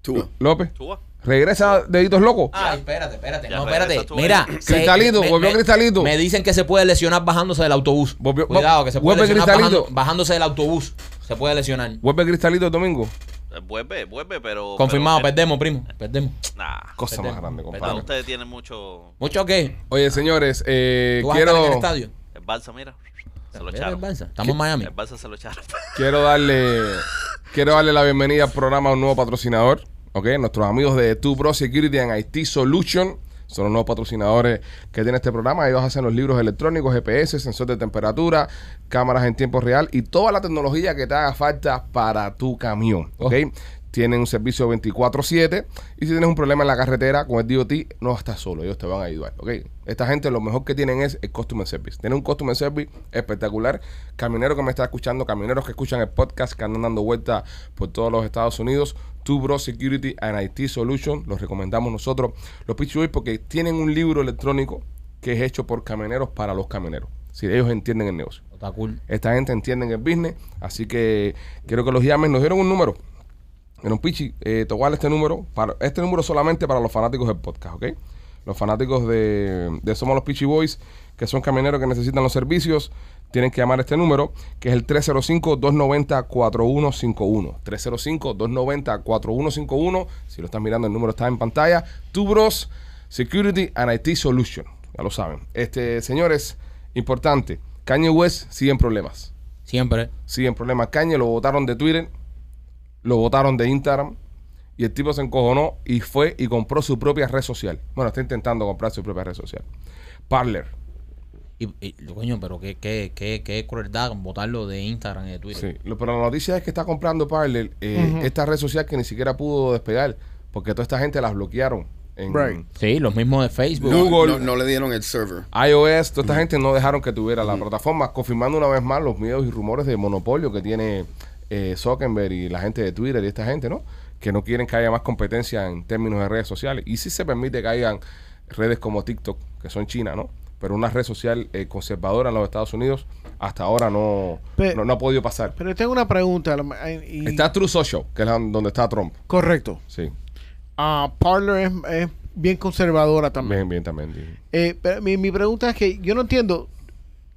Tú. López. Tua. ¿Regresa deditos locos? Ay, espérate, espérate. Ya no, regresa espérate. tú ahí. Mira. se- Cristalito, volvió Cristalito. Me dicen que se puede lesionar bajándose del autobús. Volvió- Cuidado, que se puede vuelve lesionar Cristalito. bajando- bajándose del autobús. Se puede lesionar. ¿Vuelve Cristalito el domingo? Eh, Vuelve, vuelve, pero. Confirmado, pero- perdemos, primo. Perdemos. Nah. Cosa Perdemos, más grande, perdemos. No, compadre. ustedes tienen mucho. ¿Mucho qué? Oye, señores, eh, ¿Tú vas a estar quiero... en el estadio? El balsa, mira. Se lo Mira el echaron. Barça. Estamos en Miami. El Barça se lo echaron. Quiero darle, quiero darle la bienvenida al programa a un nuevo patrocinador. ¿ok? Nuestros amigos de Tu Pro Security and IT Solution son los nuevos patrocinadores que tiene este programa. Ellos hacen los libros electrónicos, GPS, sensor de temperatura, cámaras en tiempo real y toda la tecnología que te haga falta para tu camión. ¿ok? Tienen un servicio 24-7 y si tienes un problema en la carretera con el DOT, no estás solo, ellos te van a ayudar. ¿ok? Esta gente lo mejor que tienen es el Customer Service. Tienen un Customer Service espectacular. Camionero que me está escuchando, camioneros que escuchan el podcast, que andan dando vueltas por todos los Estados Unidos, tu Bro Security and IT Solution, los recomendamos nosotros, los Pichuy, porque tienen un libro electrónico que es hecho por camioneros para los camioneros. Si ellos entienden el negocio. Está cool. Esta gente entiende el business, así que quiero que los llamen. Nos dieron un número. Dieron Pichi, eh, te voy a dar este número. Para, este número solamente para los fanáticos del podcast, ¿ok? Los fanáticos de, de Somos los Pichi Boys, que son camioneros que necesitan los servicios, tienen que llamar a este número, que es el 305-290-4151. 305-290-4151. Si lo estás mirando, el número está en pantalla. Tu Bros Security and IT Solution. Ya lo saben. Este, señores, importante. Kanye West sigue en problemas. Siempre. Sigue en problemas. Kanye lo votaron de Twitter, lo votaron de Instagram. Y el tipo se encojonó y fue y compró su propia red social. Bueno, está intentando comprar su propia red social. Parler. Y, y, coño, pero qué, qué, qué, qué crueldad votarlo de Instagram y de Twitter. Sí. Lo- pero la noticia es que está comprando Parler eh, esta red social que ni siquiera pudo despegar. Porque toda esta gente las bloquearon. En Right. Sí, los mismos de Facebook. No, Google. no- no le dieron el server. iOS. Toda esta gente no dejaron que tuviera la plataforma. Confirmando una vez más los miedos y rumores de monopolio que tiene eh, Zuckerberg y la gente de Twitter y esta gente, ¿no? Que no quieren que haya más competencia en términos de redes sociales. Y sí se permite que hayan redes como TikTok, que son China, ¿no? Pero una red social eh, conservadora en los Estados Unidos hasta ahora no, Pe- no, no ha podido pasar. Pero tengo una pregunta. la ma- y- Está True Social, que es la- donde está Trump. Correcto. Sí, Ah, Parler es, es bien conservadora también. también, bien, también. sí. Eh, pero mi, mi pregunta es que yo no entiendo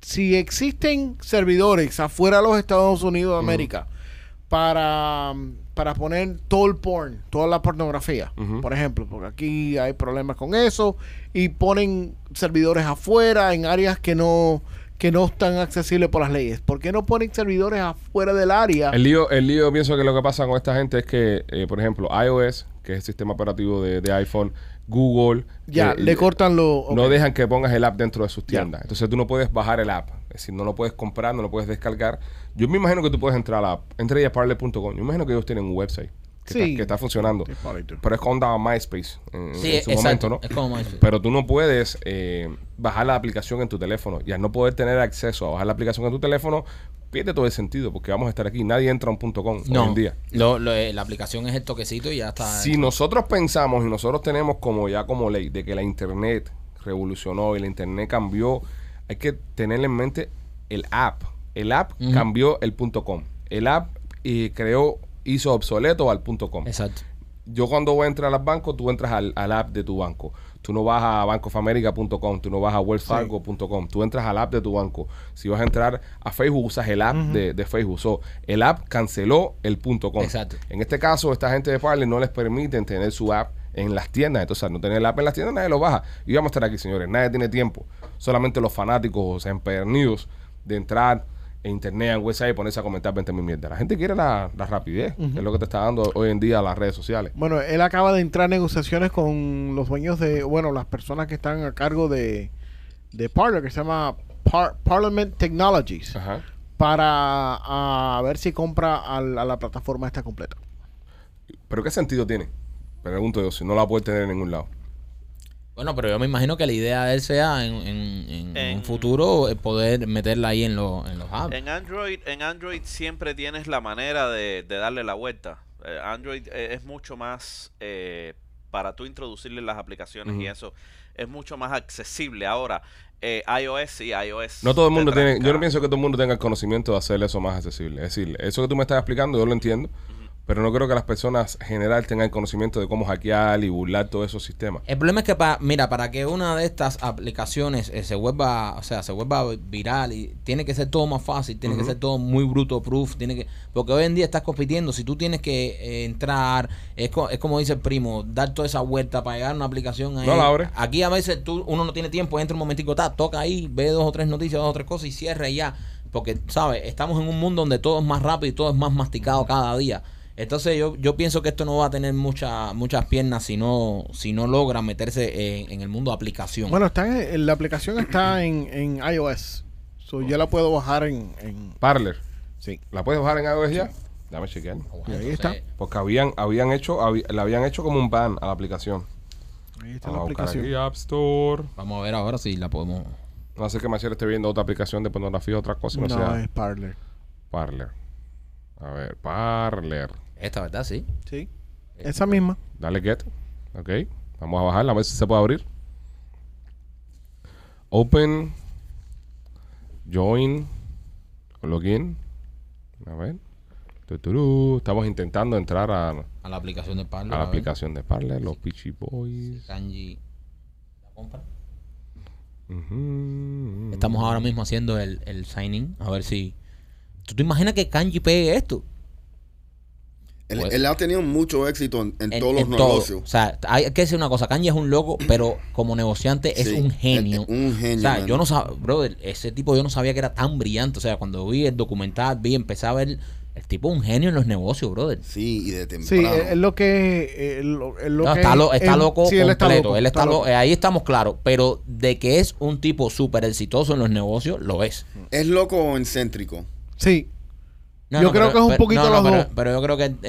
si existen servidores afuera de los Estados Unidos de América para, mm, para poner todo el porn, toda la pornografía, Ujú. por ejemplo, porque aquí hay problemas con eso y ponen servidores afuera en áreas que no que no están accesibles por las leyes. ¿Por qué no ponen servidores afuera del área? El lío, el lío, pienso que lo que pasa con esta gente es que, eh, por ejemplo, iOS, que es el sistema operativo de, de iPhone, Google. ya, eh, le eh, cortan los... No ok. dejan que pongas el app dentro de sus Ya. tiendas. Entonces tú no puedes bajar el app. Es decir, no lo puedes comprar, no lo puedes descargar. Yo me imagino que tú puedes entrar a la app. Entra ahí a parler.com. Yo me imagino que ellos tienen un website que, Sí. está, que está funcionando. Pero es onda MySpace en, Sí, en su exacto. momento, ¿no? Es como MySpace. Pero tú no puedes eh, bajar la aplicación en tu teléfono. Y al no poder tener acceso a bajar la aplicación en tu teléfono, pierde todo el sentido porque vamos a estar aquí. Nadie entra a un punto .com hoy No, en día. lo- lo- eh, la aplicación es el toquecito y ya está. Si nosotros pensamos y nosotros tenemos como ya como ley de que la internet revolucionó y la internet cambió, hay que tener en mente el app. El app Ujú. cambió el punto .com. El app eh, creó, hizo obsoleto al punto .com. Exacto. Yo cuando voy a entrar al banco, tú entras al, al app de tu banco. Tú no vas a bancofamerica.com, tú no vas a wellsfargo.com, tú entras al app de tu banco. Si vas a entrar a Facebook, usas el app de, de Facebook. So, el app canceló el punto .com. Exacto. En este caso, esta gente de Parler no les permiten tener su app en las tiendas. Entonces, al no tener el app en las tiendas, nadie lo baja. Y vamos a estar aquí, señores. Nadie tiene tiempo. Solamente los fanáticos o sea, empedernidos de entrar en internet, en website y ponerse a comentar 20 mil mierda. La gente quiere la, la rapidez, que es lo que te está dando hoy en día las redes sociales. Bueno, él acaba de entrar en negociaciones con los dueños de, bueno, las personas que están a cargo de, de Parler, que se llama Par- Parliament Ah. Technologies, Ajá. para a ver si compra al- a la plataforma esta completa. ¿Pero qué sentido tiene? Pregunto yo, si no la puede tener en ningún lado. Bueno, pero yo me imagino que la idea de él sea en, en- en En- un futuro eh, poder meterla ahí en, los en los apps. En Android, en Android siempre tienes la manera de, de darle la vuelta. Eh, Android eh, es mucho más eh, para tú introducirle las aplicaciones y eso es mucho más accesible ahora. eh, iOS y iOS. No todo el mundo te tiene, yo no tranca. pienso que todo el mundo tenga el conocimiento de hacer eso más accesible. Es decir, eso que tú me estás explicando, yo lo entiendo, pero no creo que las personas en general tengan el conocimiento de cómo hackear y burlar todos esos sistemas. El problema es que, pa- mira, para que una de estas aplicaciones eh, se vuelva, o sea, se vuelva viral y tiene que ser todo más fácil, tiene que ser todo muy bruto proof, tiene que, porque hoy en día estás compitiendo, si tú tienes que eh, entrar, es, co- es como dice el primo, dar toda esa vuelta para llegar a una aplicación ahí. No la abres. Aquí a veces tú, uno no tiene tiempo, entra un momentico, ta, toca ahí, ve dos o tres noticias, dos o tres cosas y cierra y ya. Porque, ¿sabes? Estamos en un mundo donde todo es más rápido y todo es más masticado cada día. Entonces yo, yo pienso que esto no va a tener mucha, muchas piernas si no, si no logra meterse en, en el mundo de aplicación. Bueno, está en, en la aplicación está en, en iOS. So, yo la puedo bajar en. en- Parler. sí. ¿La puedes bajar en iOS ya? Dame chequear. Y ahí está. Porque habían, habían hecho, habi- la habían hecho como un ban a la aplicación. Ahí Ah, está Vamos la a buscar aplicación. aquí, App Store. Vamos a ver ahora si la podemos... No sé qué Machete esté viendo otra aplicación de pornografía, otra cosa, no, No, sea es Parler. Parler. A ver, Parler. Esta, ¿verdad? Sí. Sí. Esa misma. Dale get. Ok. Vamos a bajarla a ver si se puede abrir. Open. Join. Login. A ver. Tuturú. Estamos intentando entrar a, a A la aplicación de Pablo. la a ver. aplicación de Parler, los Peachy Boys. Kanji. ¿La compra? Mm. Ujú. Estamos ahora mismo haciendo el, el sign-in. A ver si... ¿Tú te imaginas que Kanji pegue esto? Él, Pues- él ha tenido mucho éxito en, en En- todos los en todo. negocios. O sea, hay que decir una cosa. Kanji es un loco, pero como negociante es Sí, un genio. es- es un genio, O sea, mano. yo no sabía, brother, ese tipo yo no sabía que era tan brillante. O sea, cuando vi el documental, vi, empecé a ver... El tipo es un genio en los negocios, brother. Sí, y de Sí, eh, temprano. es es lo que. es lo, es lo Mm, No, que está, lo- está es- loco sí, completo. él Él está está loco, está lo- loco. eh, ahí estamos claros. Pero de que es un tipo súper exitoso en los negocios, lo es. ¿Es loco o excéntrico? Sí, Yo creo que es un poquito no, no, los pero, dos. Pero yo creo que él.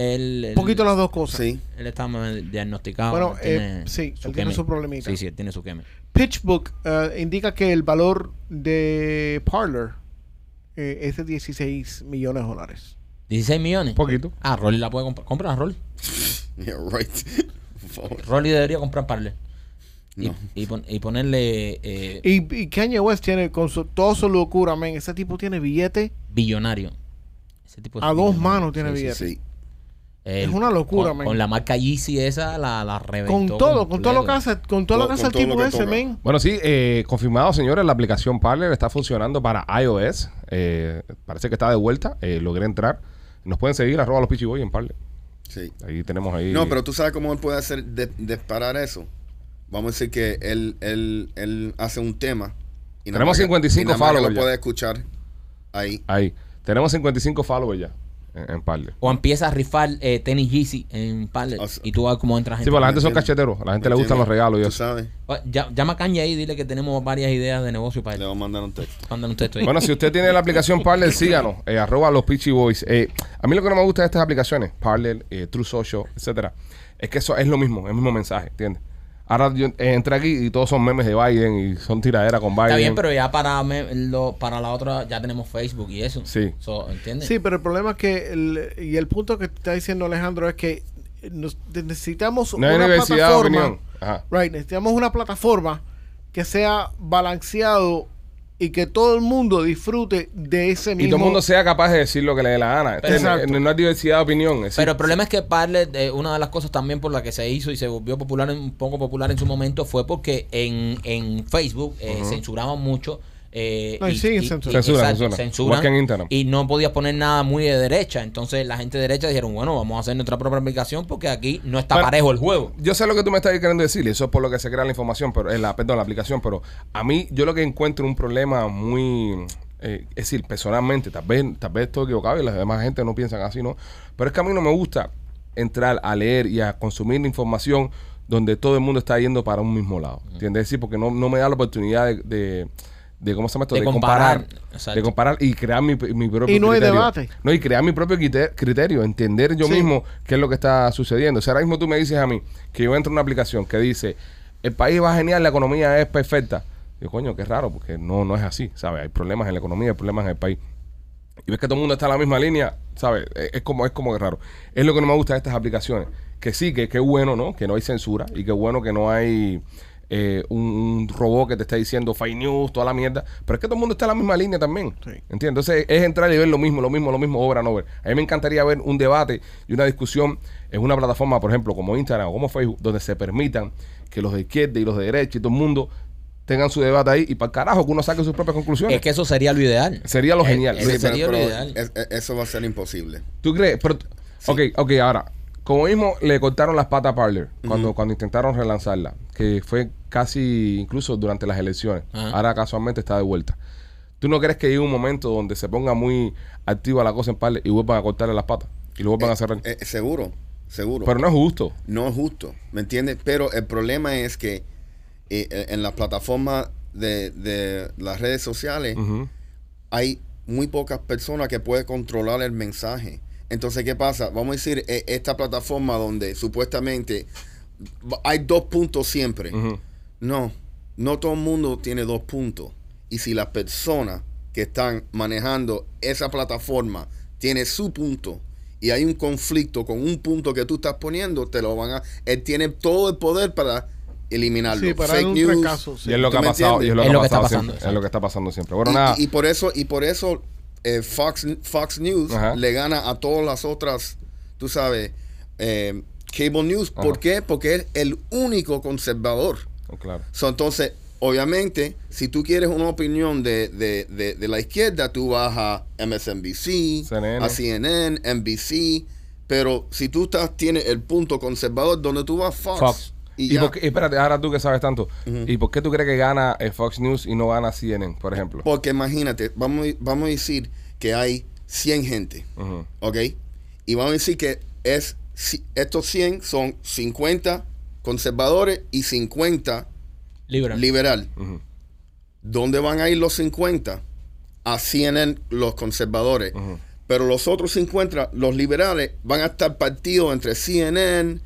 él- un poquito las dos cosas. Sí. Él está mal diagnosticado. Bueno, él tiene eh, sí, su él tiene queme. su problemita. Sí, sí, él tiene su queme. PitchBook eh, indica que el valor de Parler eh, es de 16 millones de dólares. 16 millones. Poquito. Ah, Rolly la puede comprar. Compra a Rolly. Yeah, right. Por favor. Rolly debería comprar Parler. Y, No. y, pon- y ponerle eh, Y, y Kanye West tiene con su, toda su locura, man. Ese tipo tiene billete billonario. Ese tipo es a dos billonario. manos, tiene billete. Pues Sí. Él, Es una locura, con, man. Con la marca Yeezy esa, la, la reventó. Con todo, con todo lo que completo. hace, con todo lo Con- que hace con el todo lo tipo que ese, toca. men. Bueno, sí, eh, confirmado, señores, la aplicación Parler está funcionando para iOS. Eh, parece que está de vuelta. Eh, logré entrar. Nos pueden seguir, arroba los pichiboy en Parler. Sí. Ahí tenemos ahí. No, pero tú sabes cómo él puede hacer de- disparar eso. Vamos a decir que él, él, él hace un tema. Y nada Tenemos más que- 55 y nada más que followers lo ya. puede escuchar ahí. Ahí. Tenemos 55 followers ya en, en Parler. O empieza a rifar eh, tenis Yeezy en Parler. O sea- y tú vas cómo entra gente. Sí, pero la gente son entiendes? cacheteros. A la gente ¿Me le gustan entiendes? los regalos y Tú eso. sabes. Bueno, ya- Llama a Kanye ahí y dile que tenemos varias ideas de negocio para Le él. voy a mandar un texto. Mándale un texto ahí. Bueno, si usted tiene la aplicación Parler, síganos. eh, arroba los Peachy Boys. Eh, a mí lo que no me gusta de estas aplicaciones, Parler, eh, True Social, etcétera, es que eso es lo mismo, es el mismo mensaje, ¿entiendes? Ahora yo eh, entré aquí y todos son memes de Biden y son tiraderas con Biden. Está bien, pero ya para, me- lo- para la otra ya tenemos Facebook y eso. Sí. So, ¿Entiendes? Sí, pero el problema es que, el- y el punto que está diciendo Alejandro es que nos- necesitamos No hay universidad de opinión. Ajá. Right, necesitamos una plataforma que sea balanceado y que todo el mundo disfute de ese mismo. Y todo el mundo sea capaz de decir lo que le dé la gana. Entonces, Exacto. no, no hay diversidad de opinión. es decir, Pero el problema es que Parler, eh, una de las cosas también por la que se hizo y se volvió popular, en- un poco popular en su momento, fue porque en, en Facebook eh, censuraban mucho. eh, No, y siguen censurando. Censuran, exacto, censuran. censuran, Igual que en Instagram. Y no podías poner nada muy de derecha. Entonces la gente de derecha dijeron, bueno, vamos a hacer nuestra propia aplicación porque aquí no está Bueno, parejo el juego. yo sé lo que tú me estás queriendo decir, y eso es por lo que se crea la información, pero eh, la, perdón, la aplicación, pero a mí yo lo que encuentro un problema muy, eh, es decir, personalmente, tal vez, tal vez estoy equivocado y las demás gente no piensan así, ¿no? Pero es que a mí no me gusta entrar a leer y a consumir información donde todo el mundo está yendo para un mismo lado, ¿entiendes? Es decir, porque no, no me da la oportunidad de, de- de- ¿cómo se llama esto? De comparar. Exacto. de comparar y crear mi, mi propio Y no hay criterio. debate. No, y crear mi propio crite- criterio, entender yo Sí. mismo qué es lo que está sucediendo. O sea, ahora mismo tú me dices a mí que yo entro en una aplicación que dice, el país va genial, la economía es perfecta. Digo, coño, qué raro, porque no, no es así, ¿sabes? Hay problemas en la economía, hay problemas en el país. Y ves que todo el mundo está en la misma línea, ¿sabes? E, Es es como, es como que raro. Es lo que no me gusta de estas aplicaciones. Que sí, que qué bueno, ¿no? Que no hay censura y que bueno que no hay eh, un, un robot que te está diciendo fake news, toda la mierda. Pero es que todo el mundo está en la misma línea también. Sí. ¿Entiendes? Entonces es entrar y ver lo mismo, lo mismo, lo mismo, obra no ver. A mí me encantaría ver un debate y una discusión en una plataforma, por ejemplo, como Instagram o como Facebook, donde se permitan que los de izquierda y los de derecha y todo el mundo tengan su debate ahí y para carajo que uno saque sus propias conclusiones. Es que eso sería lo ideal. Sería lo genial. Ese Sí, pero- sería lo pero ideal. es- es- eso va a ser imposible. ¿Tú crees? Pero, Ok, ok, ahora. Como mismo le cortaron las patas a Parler cuando, cuando intentaron relanzarla, que fue casi incluso durante las elecciones. Ajá. Ahora casualmente está de vuelta. ¿Tú no crees que hay un momento donde se ponga muy activa la cosa en Parle y vuelvan a cortarle las patas y lo vuelvan a cerrar? Eh, seguro, seguro. Pero no es justo. no es justo, ¿me entiendes? Pero el problema es que eh, eh, en las plataformas de, de las redes sociales Ujú. hay muy pocas personas que pueden controlar el mensaje. Entonces, ¿qué pasa? Vamos a decir, eh, esta plataforma donde supuestamente va- hay dos puntos siempre. Ujú. No, no todo el mundo tiene dos puntos. Y si las personas que están manejando esa plataforma tiene su punto y hay un conflicto con un punto que tú estás poniendo, te lo van a... Él tiene todo el poder para eliminarlo. Sí, para Fake dar un news. fracaso, sí. Y es lo ¿Tú que ha me pasado. Y es lo, entiendes? que, ha Es lo que está pasado siempre. pasando, Es exacto. lo que está pasando siempre. Bueno, Y- nada. y, y por eso, y por eso eh, Fox, Fox News Ajá. le gana a todas las otras, tú sabes, eh, Cable News. ¿Por Ajá. qué? Porque es el único conservador. Oh, Claro. So, entonces, obviamente, si tú quieres una opinión de, de- de- de la izquierda, tú vas a MSNBC, CNN. a CNN, NBC. Pero si tú estás, tienes el punto conservador donde tú vas, Fox. Fox. Y, Y, ya. por qué- espérate, ahora tú que sabes tanto. ¿Y por qué tú crees que gana eh, Fox News y no gana CNN, por ejemplo? Porque imagínate, vamos, vamos a decir que hay 100 gente, Ujú. ¿ok? Y vamos a decir que es si- estos 100 son 50 conservadores y 50 Libra. liberal. Ujú. ¿Dónde van a ir los 50? A CNN los conservadores. Ujú. Pero los otros 50, los liberales, van a estar partidos entre CNN,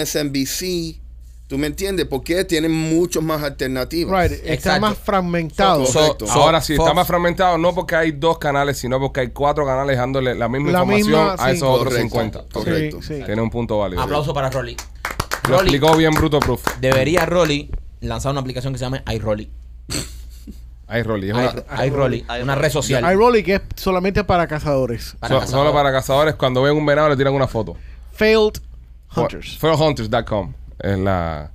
MSNBC. ¿Tú me entiendes? Porque tienen muchos más alternativas. Right, está Exacto. más fragmentado. So- so- Correcto. Ahora sí, está Fox- más fragmentado, no porque hay dos canales, sino porque hay cuatro canales dándole la misma La información misma, a sí. esos otros Correcto, 50. Sí, Correcto. sí. Tiene un punto válido. Aplauso para Rolly. Lo Rolly, explicó bien Bruto Proof. debería Rolly lanzar una aplicación que se llame iRolly. Ay, Rolly. es una- iRolly, iRolly, iRolly. una red social. iRolly que es solamente para cazadores. para so- cazadores. solo para cazadores, cuando ven un venado le tiran una foto. Failed Hunters. Fairhunters.com es la...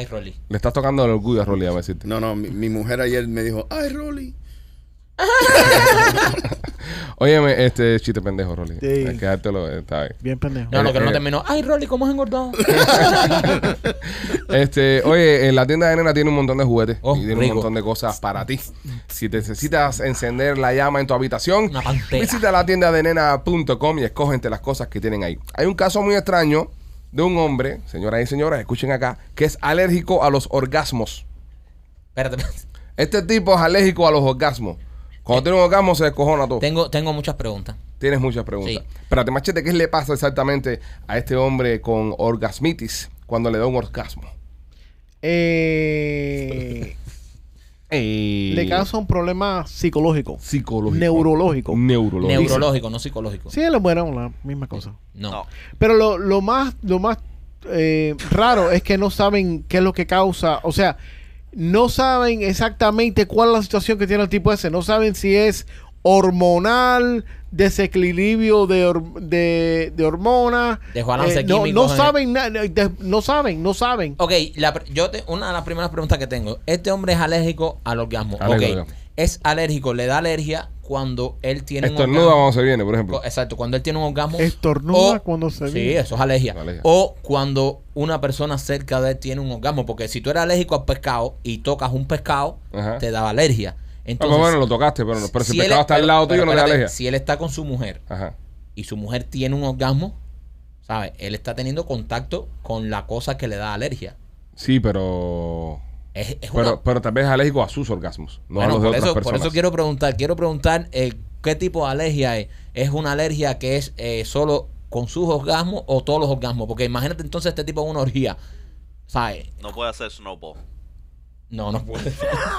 iRolly. Le estás tocando el orgullo a Rolly, a decirte. No, no, mi, mi mujer ayer me dijo, ay, Rolly. Óyeme, este chiste pendejo, Rolly. Sí. Hay que dártelo, está bien. Bien pendejo. No, no, que Eh, no eh. terminó. Ay, Rolly, ¿cómo has engordado? Este, oye, en la tienda de nena tiene un montón de juguetes Oh, y tiene un rico. montón de cosas para ti. Si te necesitas encender la llama en tu habitación, Una pantera. visita la tienda de nena.com y escoge entre las cosas que tienen ahí. Hay un caso muy extraño de un hombre, señoras y señores, escuchen acá, que es alérgico a los orgasmos. Espérate, espérate. Este tipo es alérgico a los orgasmos. Eh. Cuando tiene un orgasmo se descojona todo. Tengo, tengo muchas preguntas. Tienes muchas preguntas. Sí. Espérate, machete, ¿qué le pasa exactamente a este hombre con orgasmitis cuando le da un orgasmo? Eh, le causa un problema psicológico. psicológico. Neurológico. Neurológico. Neurológico, no psicológico. Sí, es bueno, la misma cosa. No. No. Pero lo, lo más, lo más eh, raro es que no saben qué es lo que causa. O sea, no saben exactamente cuál es la situación que tiene el tipo ese. No saben si es hormonal, desequilibrio de, hor- de, de hormonas. Desbalance no, químico no en el- Oh, saben, na- de- no saben, no saben. Ok, la pr- yo te- una de las primeras preguntas que tengo. Este hombre es alérgico al orgasmo. Alérgico al ok. orgasmo. Es alérgico, le da alergia cuando él tiene Estornuda cuando se viene, por ejemplo. Co- Exacto, cuando él tiene un orgasmo. Estornuda o- cuando se Sí, viene. eso es alergia. Alergia. O cuando una persona cerca de él tiene un orgasmo. Porque si tú eres alérgico al pescado y tocas un pescado, Ajá. te da alergia. Ah, Entonces, pues bueno, lo tocaste, pero, no- pero si, si el él- pecado está al pero- lado tuyo, pero no te da espérate, alergia. Si él está con su mujer Ajá. y su mujer tiene un orgasmo, ¿sabes? Él está teniendo contacto con la cosa que le da alergia. Sí, pero. Es, es una- Pero, pero tal vez es alérgico a sus orgasmos, no a Bueno, los de por, otras eso, por personas. eso quiero preguntar, quiero preguntar eh, qué tipo de alergia es. ¿Es una alergia que es eh, solo con sus orgasmos o todos los orgasmos? Porque imagínate entonces este tipo es una orgía. ¿Sabes? No puede hacer snowball. No, no puede.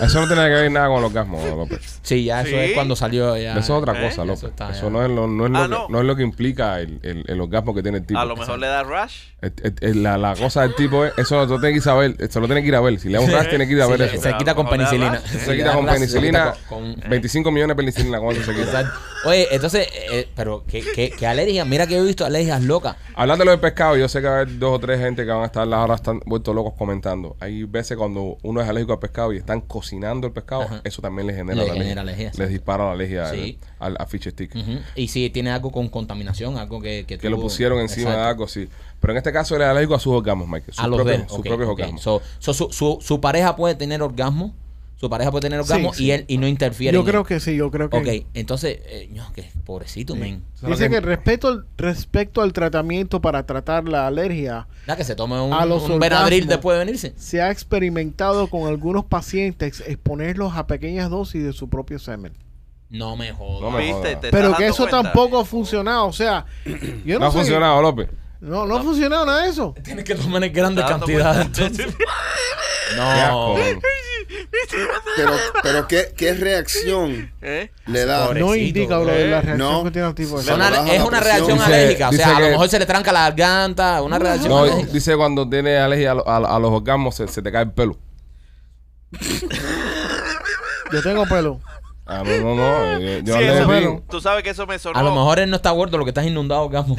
Eso no tiene que ver nada con los orgasmos, López. Sí, ya eso Sí. es cuando salió. Ya, Eso es otra ¿Eh? cosa, López. Eso Eso, está ya. no, es lo, no, es lo Ah, que, no. no es lo que implica el, el, el orgasmo que tiene el tipo. A lo mejor le da rash. El- el- el- la, la cosa del tipo es. Eso lo tiene que ir a ver. Eso lo tiene que ir a ver. Si le da un rash, tiene que ir a Sí, ver se- eso. Se quita con Ahora, penicilina. se Se le quita da con clase, se penicilina. quita con- con- 25 millones de penicilina. ¿Cómo se quita? Exacto. Oye, entonces, eh, pero ¿qué, qué, qué alergia. Mira que yo he visto alergias locas. Hablando de lo del pescado, yo sé que va a haber dos o tres gente que van a estar ahora están vueltos locos comentando. Hay veces cuando uno es alérgico al pescado y están cocinando el pescado, Ajá. eso también les genera Le la genera alergia, sí. Les dispara la alergia Sí. Mm. al, al- a fish stick. Ujú. Y si tiene algo con contaminación, algo que... Que, Que tuvo- lo pusieron encima Uh, Exacto. de algo así. Pero en este caso era alérgico a sus orgasmos, Mike. Sus a los propios, de él. sus ok, propios ok. orgasmos. So- so su, su- su pareja puede tener orgasmo, Su pareja puede tener orgasmo Sí, sí. y él y no interfiere. Yo en él. creo que sí, yo creo que. Ok, entonces, eh, ño, que pobrecito, men. Dice que respecto al, respecto al tratamiento para tratar la alergia, Nada, que se tome un, A los un Benadryl orgasmos. después de venirse. se ha experimentado con algunos pacientes exponerlos a pequeñas dosis de su propio semen. No me jodas. No me ¿Viste? jodas. Te Pero estás que dando eso cuenta. tampoco ha funcionado. O sea, yo no, No ha sé- funcionado, López. No, no ha funcionado nada de eso. Tienes que tomar en grandes Estás dando cantidades. cuenta. entonces. Qué asco, No. man. Pero, pero ¿qué, qué reacción ¿Eh? le da? Pobre. No Pobrecito, indica, bro, la eh. reacción No. que tiene el tipo. Es una- Baja la es una presión. reacción Dice- alérgica. O sea, dice a lo que- mejor se le tranca la garganta. Una reacción No, alérgica. dice cuando tienes alergia a, lo- a- a los orgasmos se, se te cae el pelo. Yo tengo pelo. Ah, no, no, no. eh, Yo Sí, hablé de eso- ti. bueno. Tú sabes que eso me sonó. A lo mejor él no está gordo, lo que estás inundado, Gasmo.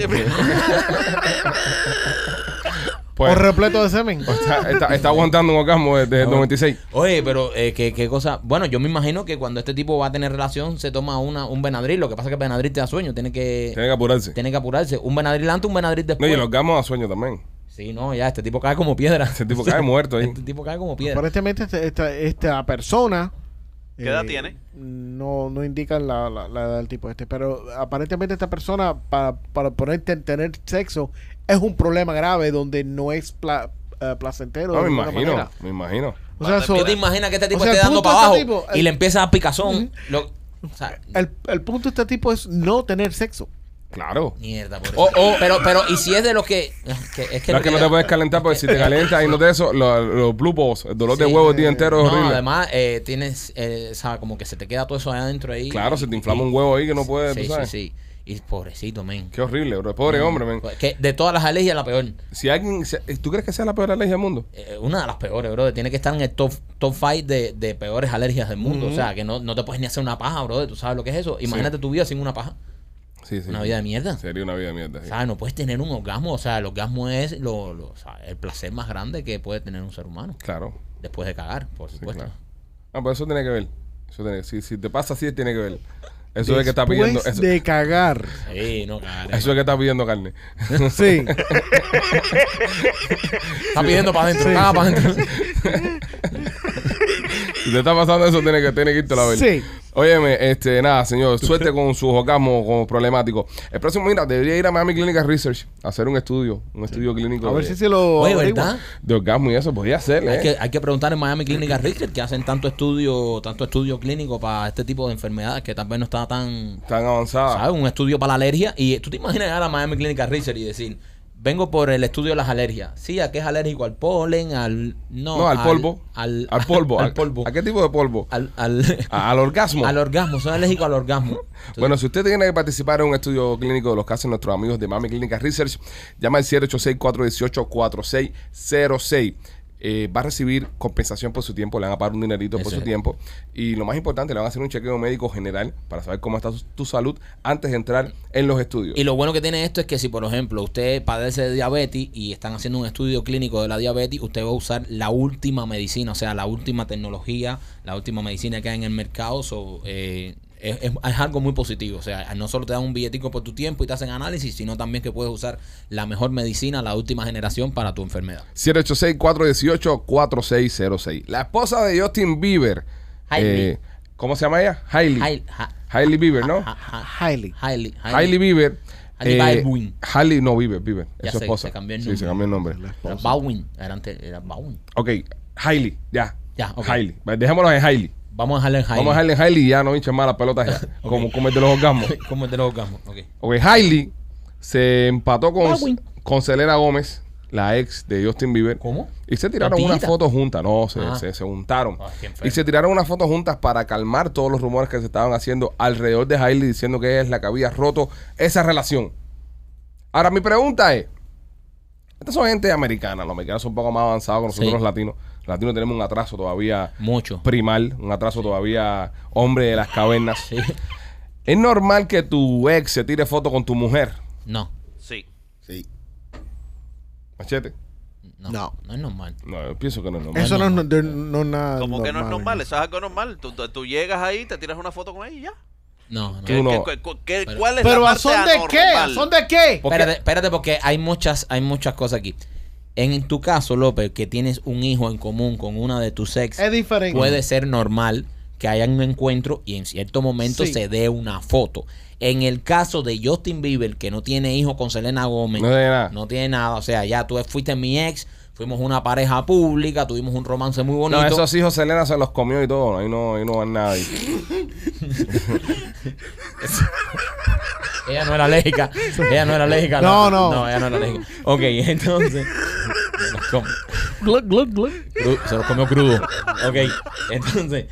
Pues, O repleto de semen. está, está- está aguantando un orgasmo desde el 96. Oye, pero eh, ¿qué, qué cosa. Bueno, yo me imagino que cuando este tipo va a tener relación se toma una, un Benadryl. Lo que pasa es que el Benadryl te da sueño, tiene que, Tiene que apurarse. Eh, tiene que apurarse. Un Benadryl antes, un Benadryl No, después. y los orgasmos da sueño también. Sí, no, ya, este tipo cae como piedra. Este tipo cae muerto ahí. Este tipo cae como piedra. Aparentemente esta, esta, esta persona... eh, ¿Qué edad tiene? No, no indican la, la, la edad del tipo este, pero aparentemente esta persona para, para ponerte en tener sexo es un problema grave donde no es pla- eh, placentero. No, de Ah, me ninguna imagino, manera. me imagino. O sea, so- ¿Tú te imaginas que este tipo eh, O sea, esté el dando punto para de abajo este tipo, y el- le empieza a dar picazón? Lo- o sea, el, el punto de este tipo es no tener sexo. Claro. mierda, por Oh, oh. Pero, pero, y si es de los que. es que- es que, No es que no te puedes calentar porque si te calientas y no te eso, los los blue balls, el dolor de Sí. huevo el día entero es No, horrible. además, eh, tienes, eh, ¿sabes? Como que se te queda todo eso allá adentro ahí. claro, se te inflama Y- un huevo ahí que no puedes, Sí, tú sabes. sí, Mm, pues. sí. Y pobrecito, men. Qué horrible, bro. Pobre hombre, men. Que de todas las alergias, la peor. Si alguien, si- ¿tú crees que sea la peor alergia del mundo? Eh, una de las peores, bro. Tiene que estar en el top, top 5 de, de peores alergias del mundo. O sea, que no, no te puedes ni hacer una paja, bro. ¿Tú sabes lo que es eso? Imagínate tu vida sin una paja. Sí, sí. Una vida de mierda. Sería una vida de mierda. O sí. sea, no puedes tener un orgasmo. O sea, el orgasmo es lo, lo- o sea, el placer más grande que puede tener un ser humano. Claro. Después de cagar, por supuesto. claro. Ah, pero eso tiene que ver. Eso tiene, si, si te pasa así, tiene que ver. Eso es que está Después pidiendo. Eso, de cagar. Sí, no cagar. eso es que está pidiendo carne. Sí. Está pidiendo para adentro. caga para adentro. Si te está pasando eso, tiene que, tiene que irte a la ver. Sí. Óyeme, este, nada, señor, suerte con sus orgasmos como problemáticos. El próximo, mira, debería ir a Miami Clinical Research a hacer un estudio, un estudio clínico A ver de, si se lo. Oye, averigua. ¿verdad? de orgasmo y eso, podría hacer, ¿eh? Hay que, hay que preguntar en Miami Clinic a Richter que hacen tanto estudio, tanto estudio clínico para este tipo de enfermedades que tal vez no está tan, Tan avanzada. ¿sabes? Un estudio para la alergia. Y tú te imaginas llegar a Miami Clinic a Richter y decir, vengo por el estudio de las alergias. Sí, a qué es alérgico al polen, al... No, No, al, polvo. Al, al polvo. Al, ¿A- polvo. ¿A qué tipo de polvo? Al, al, A- al orgasmo. al orgasmo. Son alérgicos al orgasmo. Entonces, Bueno, si usted tiene que participar en un estudio clínico de los casos de nuestros amigos de Mami Clínica Research, llama al 786-418-4606. Eh, va a recibir compensación por su tiempo, le van a pagar un dinerito por Eso su es. tiempo. Y lo más importante, le van a hacer un chequeo médico general para saber cómo está su- tu salud antes de entrar en los estudios. Y lo bueno que tiene esto es que si, por ejemplo, usted padece de diabetes y están haciendo un estudio clínico de la diabetes, usted va a usar la última medicina, o sea, la última tecnología, la última medicina que hay en el mercado. so, eh, es, es- es algo muy positivo. O sea, no solo te dan un billetico por tu tiempo y te hacen análisis, sino también que puedes usar la mejor medicina, la última generación para tu enfermedad. 786-418-4606. La esposa de Justin Bieber. Hailey. eh, ¿Cómo se llama ella? Hailey. Hail- ha- Hailey Bieber, ¿no? ha- ha- Hailey. Hailey- Hailey Hailey- Bieber. eh, Hailey Baldwin. Hailey, no, Bieber, Bieber. Ya Es su sé, esposa. se cambió el Sí, se cambió nombre. el nombre. Era Baldwin, era, antes- era Baldwin. Ok, Hailey, ya. Ya, ok. Hailey. Va, Dejémoslo en Hailey. Vamos a dejarle en Hailey. Vamos a dejarle en Hailey y ya no hinchen más las pelotas ya. Como como el de los orgasmos. ¿Cómo es de los orgasmos? Ok. Ok, Hailey se empató con, Baldwin. con Selena Gómez, la ex de Justin Bieber. ¿Cómo? Y se tiraron ¿Tontillita? una foto juntas, no, se, Ah. se, se juntaron. Ah, qué enfermo. y se tiraron unas fotos juntas para calmar todos los rumores que se estaban haciendo alrededor de Hailey diciendo que ella es la que había roto esa relación. Ahora, mi pregunta es: estas son gente americana, los americanos son un poco más avanzados que nosotros Sí. los latinos. Los latinos tenemos un atraso todavía Mucho. primal, un atraso todavía hombre de las cavernas. Sí. ¿Es normal que tu ex se tire foto con tu mujer? No. Sí. Sí. Machete. No, No. no es normal. No, yo pienso que no es normal. Eso no, es no, de- no es nada. Como que no es normal, eso es algo normal. Tú, tú- tú llegas ahí, te tiras una foto con ella y ya. No, no. ¿Qué- no. qué- qué- qué- Pero- ¿Cuál es la Pero ¿a parte son de qué? ¿A anormal? son de qué? ¿Por qué? Espérate, espérate, porque hay muchas, hay muchas cosas aquí. En tu caso, López, que tienes un hijo en común con una de tus ex, Es diferente. puede ser normal que haya un encuentro y en cierto momento Sí. se dé una foto. En el caso de Justin Bieber, que no tiene hijo con Selena Gómez, No tiene nada. no tiene nada. O sea, ya tú fuiste mi ex, fuimos una pareja pública, tuvimos un romance muy bonito. No, esos hijos Selena se los comió y todo. Ahí no, ahí no van nada. ahí. Ella no era alérgica. Ella no era alérgica. No, no. No, ella no era alérgica. Ok, entonces. Se los come. Gluck, gluck, gluck. Cru- Se los comió crudo. Ok, entonces.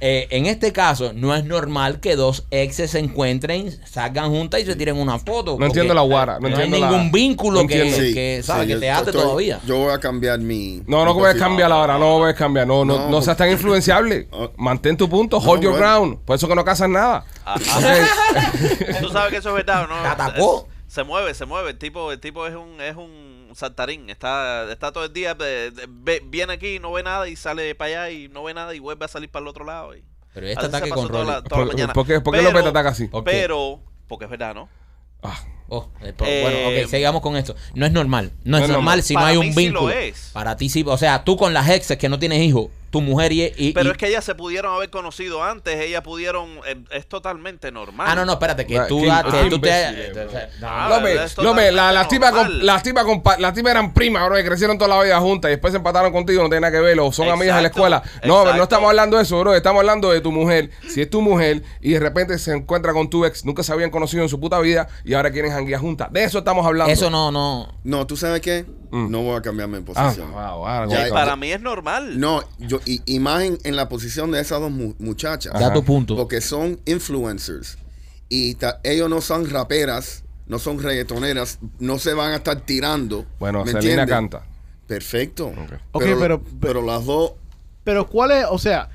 eh, en este caso, no es normal que dos exes se encuentren, salgan juntas y se tiren una foto. No entiendo la guara. No, No hay entiendo la- ningún vínculo no que- entiendo. Sí. sabe, que yo te ate estoy- todavía. Yo voy a cambiar mi. No, no mi puedes perfil. cambiar ahora, no puedes cambiar. No, no, no, No, seas tan influenciable. Ah. Mantén tu punto, hold No, your bueno. ground. Por eso que no casas nada. Ah, Ok. Tú sabes que eso es verdad, ¿o ¿no? Te atacó. Es- Se mueve, se mueve. El tipo, el tipo es un, es un saltarín. Está, está todo el día, eh, ve- viene aquí, no ve nada y sale para allá y no ve nada y vuelve a salir para el otro lado. y- Pero este Así se ataque pasó con toda la- Rolly. toda la ¿Por- mañana. por qué- por qué Pero- López te ataca así? ¿Por qué? Pero, porque es verdad, ¿no? Ah, Oh, eh, pero Eh, bueno, ok, sigamos con esto. No es normal. No es no es normal normal. si no Para hay mí un sí vínculo. lo es. Para ti sí. O sea, tú con las exes que no tienes hijos, tu mujer y. y- Pero y- es que ellas se pudieron haber conocido antes, ellas pudieron, eh, es totalmente normal. Ah, no, no, espérate, que Nah, tú. qué- ah, qué que tú te- imbécil, te- te- Ah, es López, totalmente López, la- las tipas normal. con- las tipas compa- las tipas eran primas, bro, y crecieron toda la vida juntas y después se empataron contigo, no tiene nada que ver, o son amigas de la Exacto, escuela. No, pero exacto. no estamos hablando de eso, bro, estamos hablando de tu mujer. Si es tu mujer y de repente se encuentra con tu ex, nunca se habían conocido en su puta vida y ahora quieren janguear juntas. De eso estamos hablando. Eso no, no. No, ¿tú sabes qué? Mm. No voy a cambiar mi Ah, posición. wow, ah, Ya, ok. Para mí es normal. No, yo, y, y más en, en la posición de esas dos mu- muchachas. Ajá. Da tu punto. Porque son influencers. Y ta- ellos no son raperas, no son reggaetoneras, no se van a estar tirando. Bueno, ¿me Selena entiendes? canta. Perfecto. Ok, pero- pero, pero las dos Pero ¿cuál es? O sea,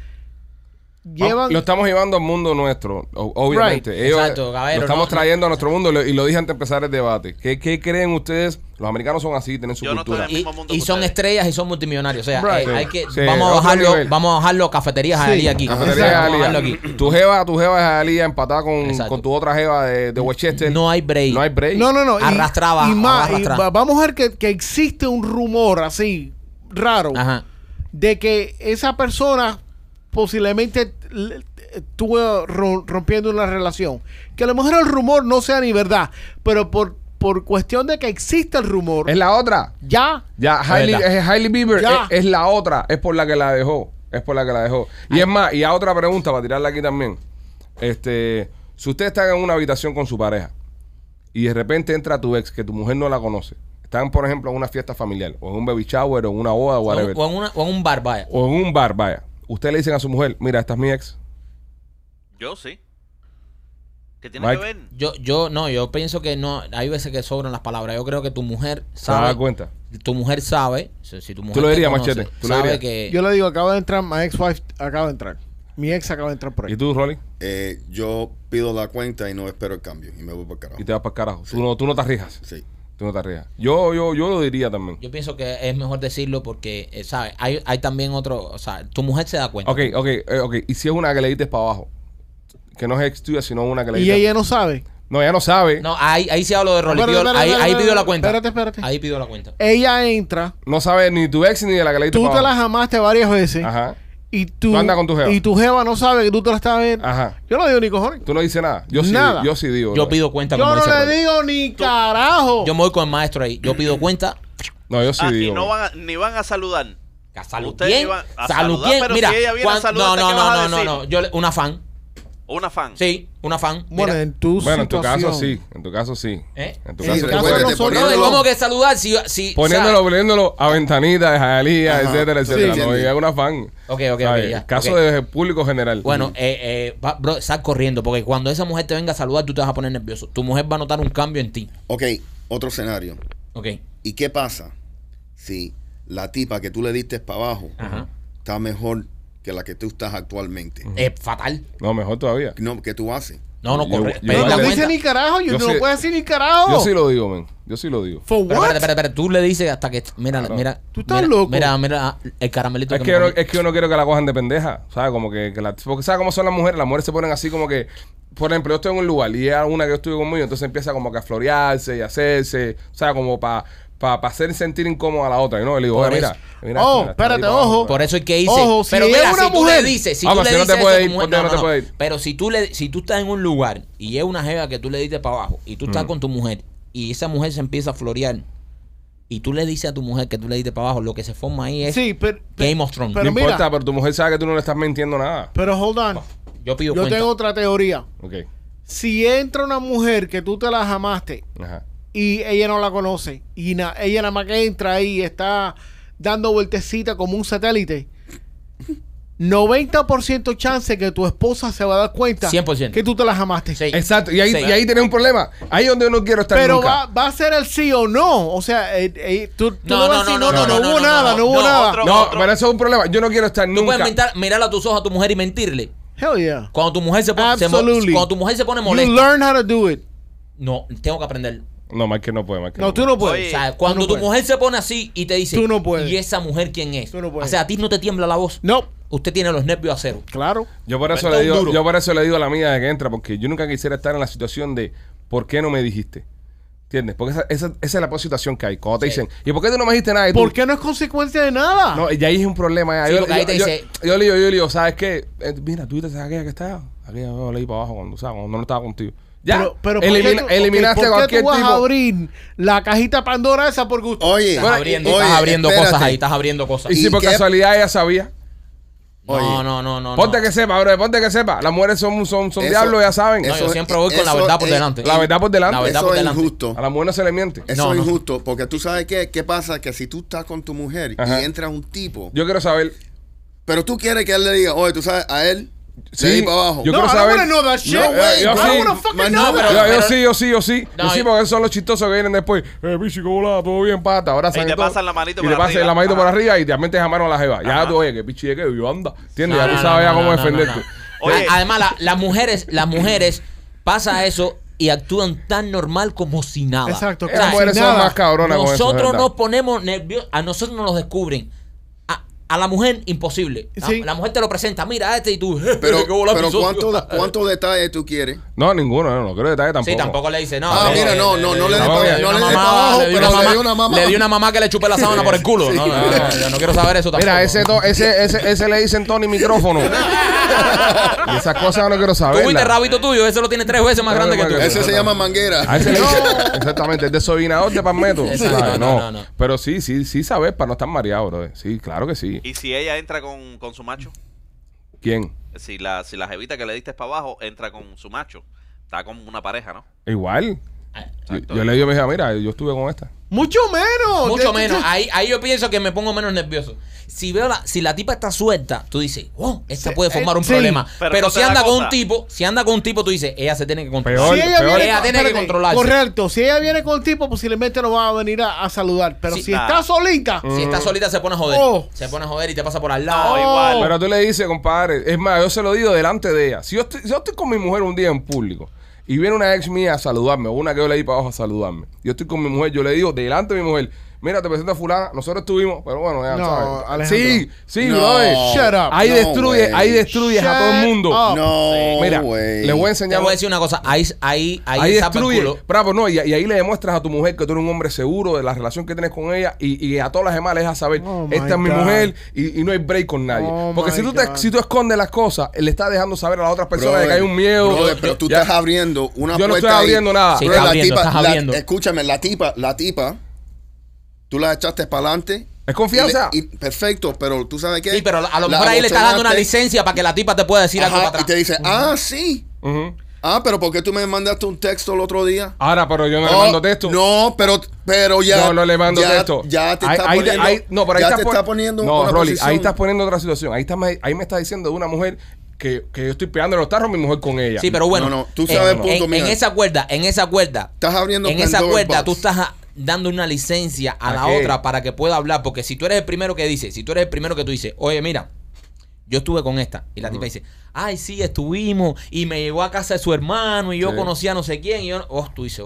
llevan... Lo estamos llevando al mundo nuestro, o- obviamente. Ellos, Exacto, caballero, lo estamos no- trayendo a nuestro mundo y lo, y lo dije antes de empezar el debate. ¿Qué, qué creen ustedes? Los americanos son así, tienen su Yo no cultura. estoy Y, el mismo mundo y que son ustedes. estrellas y son multimillonarios. O sea, Right. eh, hay Sí, que, sí, vamos, a otro bajarlo, nivel. vamos a bajarlo cafeterías Sí. a Ali aquí. Cafetería Vamos a de bajarlo Jalía. aquí. Tu jeva, tu jeva es Jalía empatada con, Exacto. con tu otra jeva de, de Westchester. No hay break. No hay break. No, no, no. y- Arrastraba, Y, más, y arrastra. va- vamos a ver que, que existe un rumor así, raro, Ajá. de que esa persona posiblemente l- estuvo ro- rompiendo una relación. Que a lo mejor el rumor no sea ni verdad, pero por, por cuestión de que existe el rumor, Es la otra. ya... Ya, Hailey, verdad. es Hailey Bieber Ya. es, es la otra. Es por la que la dejó. Es por la que la dejó. Y es más, y a otra pregunta para tirarla aquí también. Este, si usted está en una habitación con su pareja y de repente entra tu ex que tu mujer no la conoce, están, por ejemplo, en una fiesta familiar o en un baby shower o en una boda o O, en- whatever, o en una- o en un bar, vaya. o en un bar, vaya. Usted le dicen a su mujer, mira, esta es mi ex. Yo sí. ¿Qué tiene Mike. que ver? Yo, yo, no, yo pienso que no. Hay veces que sobran las palabras. Yo creo que tu mujer ¿Se da sabe. cuenta? Tu mujer sabe. Si, si tu mujer lo te dirías, conoce, Machete, tú lo Sabe dirías. que. Yo le digo, acaba de entrar, mi ex-wife acaba de entrar. Mi ex acaba de entrar por ahí. ¿Y tú, Rolly? eh, yo pido la cuenta y no espero el cambio. Y me voy para carajo. Y te vas para el carajo. Tú, no, tú no te arriesgas. Sí. Tú no te arriesgas. Yo, yo, yo lo diría también. Yo pienso que es mejor decirlo porque, eh, ¿sabes? Hay, hay también otro, o sea, tu mujer se da cuenta. Ok, ok, eh, ok. ¿Y si es una que le diste para abajo? Que no es ex tuya, sino una que le Y diste. ella no sabe. No, ella no sabe. No. No, ahí, ahí sí hablo de Rolly. Espérate, Pido- espérate, ahí, espérate, ahí pidió la espérate, cuenta. espérate, espérate. Ahí pidió la cuenta. Ella entra, sabe ni tu ex ni de la que le diste tú para te la abajo. jamaste varias veces. Ajá, Y tú, Tú andas con tu jeva. Y tu jeva no sabe que tú te la estás viendo. ajá. Yo no digo ni cojones. Tú no dices nada. Yo sí, Nada. Yo sí digo. Yo bro. pido cuenta Yo como no dice le Rolly. digo ni carajo. Yo me voy con el maestro ahí. Yo pido cuenta. No, yo sí Ah, y digo. no bro. van a- ni van a saludar. ¿A salud Ustedes quién? iban a ¿Salud saludar, quién? pero Mira, si ella viene a cuan- saludarte, no, no, ¿qué vas a no, no, decir? no, Yo le- una fan. Una fan. Sí, una fan. bueno, Mira. en tu Bueno, en tu situación. caso sí. En tu caso sí. ¿Eh? En tu Sí, caso sí. recuérdate, caso nosotros- No, de poniéndolo- cómo que saludar si, si Poniéndolo, o sea, poniéndolo a ventanita de Jalía, Ajá. etcétera, Sí, etcétera. sí, no, sí. ella es una fan. Ok, ok, ok, ¿Sabes? ya, Caso ok. de público general. Bueno, eh, eh, va- bro, sal corriendo porque cuando esa mujer te venga a saludar, tú te vas a poner nervioso. Tu mujer va a notar un cambio en ti. Ok, otro escenario. Ok. ¿Y qué pasa si la tipa que tú le diste para abajo Ajá. está mejor que la que tú estás actualmente? Eh, fatal. No, mejor todavía. No, ¿Qué tú haces? No, no, Yo- corre. yo- pedir No, la no Dale dice cuenta. ni carajo. Yo, Yo no sí- puedo decir ni carajo. Yo sí lo digo, men. Yo sí lo digo. For Pero what? espérate, espérate, espérate, tú le dices hasta que mira, Claro. mira, Tú estás mira, loco. Mira, mira ah, el caramelito Es que, me yo no, comí. es que yo no quiero que la cojan de pendeja, ¿sabes? Como que, que la- porque ¿sabes cómo son las mujeres? Las mujeres se ponen así como que, por ejemplo, yo estoy en un lugar y hay una que yo estuve conmigo, entonces empieza como que a florearse y a hacerse, ¿sabes? Como para para hacer sentir incómoda a la otra. Y no, le digo, Por oye, mira, eso. mira. Oh, mira, está ahí espérate, para ojo. abajo. Por eso es que hice. Ojo, si pero es mira, una si tú mujer- le dices, si Ah, tú pero le si no dices te puede eso ir, como- ¿por qué no te puede ir? Pero si tú le, si tú estás en un lugar y es una jeva que tú le diste para abajo y tú Mm. estás con tu mujer y esa mujer se empieza a florear y tú le dices a tu mujer que tú le diste para abajo, lo que se forma ahí es Sí, pero, pero, Game of Thrones. pero no mira. importa, pero tu mujer sabe que tú no le estás mintiendo nada. hold on. yo pido Yo cuenta. tengo otra teoría. Ok. Si entra una mujer que tú te la amaste Ajá. y ella no la conoce y na- ella nada más que entra ahí y está dando vueltecita como un satélite 90% chance que tu esposa se va a dar cuenta 100%. que tú te la amaste Sí. Exacto, y ahí, Sí. y ahí tienes un problema. Ahí es donde yo no quiero estar pero nunca. va, va a ser el sí o no o sea eh, eh, tú, tú No, no, vas a no, decir, no, no, no, no, no no, hubo no, nada no, no hubo no, nada otro- No, pero eso es un problema. Yo no quiero estar Tú puedes nunca. mirar, mirar a tus ojos a tu mujer y mentirle. hell yeah Cuando tu mujer se pone, se mo- Absolutely. cuando tu mujer se pone you molesta. learn how to do it No, tengo que aprender. No, más que no puede, más que no tú puede. no puedes O Oye, sea, cuando no tu puedes. mujer se pone así y te dice, Tú no puedes. ¿y esa mujer quién es? Tú no o puedes. sea, a ti no te tiembla la voz. no Usted tiene los nervios a cero. claro Yo por eso le Vete un digo, duro. yo por eso le digo a la mía de que entra, porque yo nunca quisiera estar en la situación de ¿por qué no me dijiste? ¿Entiendes? Porque esa, esa- esa es la peor situación que hay. Cuando te Sí. dicen, ¿y por qué tú no me dijiste nada? Y tú- porque no es consecuencia de nada No, y ahí es un problema. ya. Sí, yo, porque ahí te yo- dice- yo- yo le digo, yo le digo, ¿sabes qué? Eh, mira, tú dices aquella que estaba. Aquella yo le di para abajo cuando, ¿sabes? cuando no estaba contigo. Ya, pero, pero ¿por qué elimina- tú- ok, eliminaste ¿por qué cualquier tú vas a tipo. Oh, abrir la cajita Pandora esa por gusto? Oye, Estás abriendo, oye, estás abriendo cosas espérate. ahí, estás abriendo cosas. Y si ¿Y por qué? casualidad ella sabía. no, Oye, no, no, no. ponte no. que sepa, bro, ponte que sepa. Las mujeres son, son, son Eso- diablos, ya saben. No, yo Eso- siempre voy con la eso verdad por es- delante. La verdad por delante. La verdad Eso por es delante. injusto. A la mujer no se le miente. Eso No, es no. injusto, porque tú sabes qué, qué pasa, que si tú estás con tu mujer Ajá. y entra un tipo, Yo quiero saber. pero tú quieres que él le diga, oye, tú sabes, a él, Sí, sí, para abajo. yo quiero no, I don't saber. wanna know that shit. No, eh, yo I don't sí. wanna fucking Man, know no, that. yo, yo pero- sí, yo sí, yo sí. No, yo sí, y- porque esos son los chistosos que vienen después. Eh, bicho, ¿cómo la? Todo bien, pata. Ahora te pasan la manito y por le pasan arriba. la manito por Ajá. arriba y te realmente llamaron a la jeva. Ya tú, oye, que pichi es que yo anda. ¿Entiendes? No, ya tú no, sabes no, ya cómo no, no, defenderte. no, no. Oye. A- Además, la- las mujeres, las mujeres pasa eso y actúan tan normal como si nada. Exacto, O Esas sea, Sin mujeres son nada. más cabronas con eso, es nosotros verdad. nos ponemos nerviosos, a nosotros nos los descubren. A, a la mujer, imposible. La, Sí. la mujer te lo presenta, mira a este y tú. Pero, qué bola pero mi socio. ¿cuántos cuántos detalles tú quieres? No, ninguno, no, no creo detalle tampoco. Sí, tampoco le dice, no. Ah, le- mira, no, no, no le di dé pa- una no mamá, le dé pa' mamá, abajo, di pero una le di una mamá. Le di una mamá que le chupé la sábana por el culo. No, no, no, yo no quiero saber eso tampoco. Mira, ese, to- ese, ese, ese le dicen Tony micrófono. y esas cosas no quiero Tú saber. viste rabito tuyo, ese lo tiene tres veces más Tres grande que tú. veces más Ese se llama manguera. A ese le dicen- exactamente, el desobinador de palmeto. Exacto, ¿sabes? no, No, no, no. Pero sí, sí, sí sabes para no estar mareado, bro. Sí, claro que sí. Y si ella entra con, con su macho, ¿Quién? si la, si la jevita que le diste para abajo entra con su macho, está como una pareja, ¿no? Igual. Ah, Yo, Exacto. yo le digo a mi hija, mira, yo estuve con esta. Mucho menos. Mucho De- menos. de- Ahí, ahí yo pienso que me pongo menos nervioso. Si veo la, si la tipa está suelta, tú dices, wow, esta Sí, puede formar eh, un sí. problema. Pero, Pero no si te da anda con cosa. un tipo, si anda con un tipo, tú dices, ella se tiene que Peor, controlar. si ella peor. viene, Ella con- tiene que espérate, controlarse. Correcto. Si ella viene con el tipo, posiblemente no va a venir a, a saludar. Pero Sí, si nah. está solita, Si está solita, se pone a joder. Oh. Se pone a joder y te pasa por al Ah, lado. No, igual. Pero tú le dices, compadre, es más, yo se lo digo delante de ella. Si yo estoy, si yo estoy con mi mujer un día en público y viene una ex mía a saludarme, o una que yo le di para abajo a saludarme, yo estoy con mi mujer, yo le digo delante de mi mujer, mira, te presento a fulana, nosotros estuvimos, pero bueno, ya No, sabes. Alejandro. Sí, sí, No. brother. Shut up. Ahí No, destruye, güey. ahí destruyes a todo el Shut mundo. up. No, Mira, güey. le voy a Te enseñar. voy a decir una cosa, ahí, ahí, ahí, Ahí, tapa el destruye. culo. Bravo, no, y, y ahí le demuestras a tu mujer que tú eres un hombre seguro de la relación que tienes con ella y, y a todas las demás le dejas saber, Oh, my esta es mi God. mujer y, y no hay break con nadie. Oh, Porque my si tú, te- God. si tú escondes las cosas, le estás dejando saber a las otras personas Brother, de que hay un miedo. brother, pero tú Ya. estás abriendo una Yo no puerta estoy ahí. abriendo nada. Sí, Brother, estás la abriendo, tipa- estás la- abriendo. escúchame, la tipa, la tipa, tú la echaste para adelante. Es confianza. perfecto, pero tú sabes qué. Sí, pero a lo La mejor ahí le estás dando una abochonaste, licencia para que la tipa te pueda decir algo ajá, para y te atrás. dice, ah, sí. Ujú. Ah, pero ¿por qué tú me mandaste un texto el otro día? Ahora, pero yo no le Oh, mando texto. No, pero, pero ya. no, no le mando ya- texto. Ya te Ahí- está ahí te- poniendo. ahí- no, pero ahí ya estás te pon- está poniendo. No, una Rolly, ahí posición. estás poniendo otra situación. Ahí, estás, me- ahí me estás diciendo de una mujer que, que yo estoy pegando los tarros mi mujer con ella. Sí, pero bueno. No, no, tú sabes en, el punto, en- en mira. esa cuerda, en esa cuerda. Estás abriendo En esa Pandora's cuerda box. tú estás a- dando una licencia a ¿A la qué? otra para que pueda hablar. Porque si tú eres el primero que dice, si tú eres el primero que tú dices, oye, mira, yo estuve con esta. Y la tipa dice, ay, sí, estuvimos. Y me llevó a casa de su hermano. Y yo Sí. conocía a no sé quién. Y yo, oh, tú dices,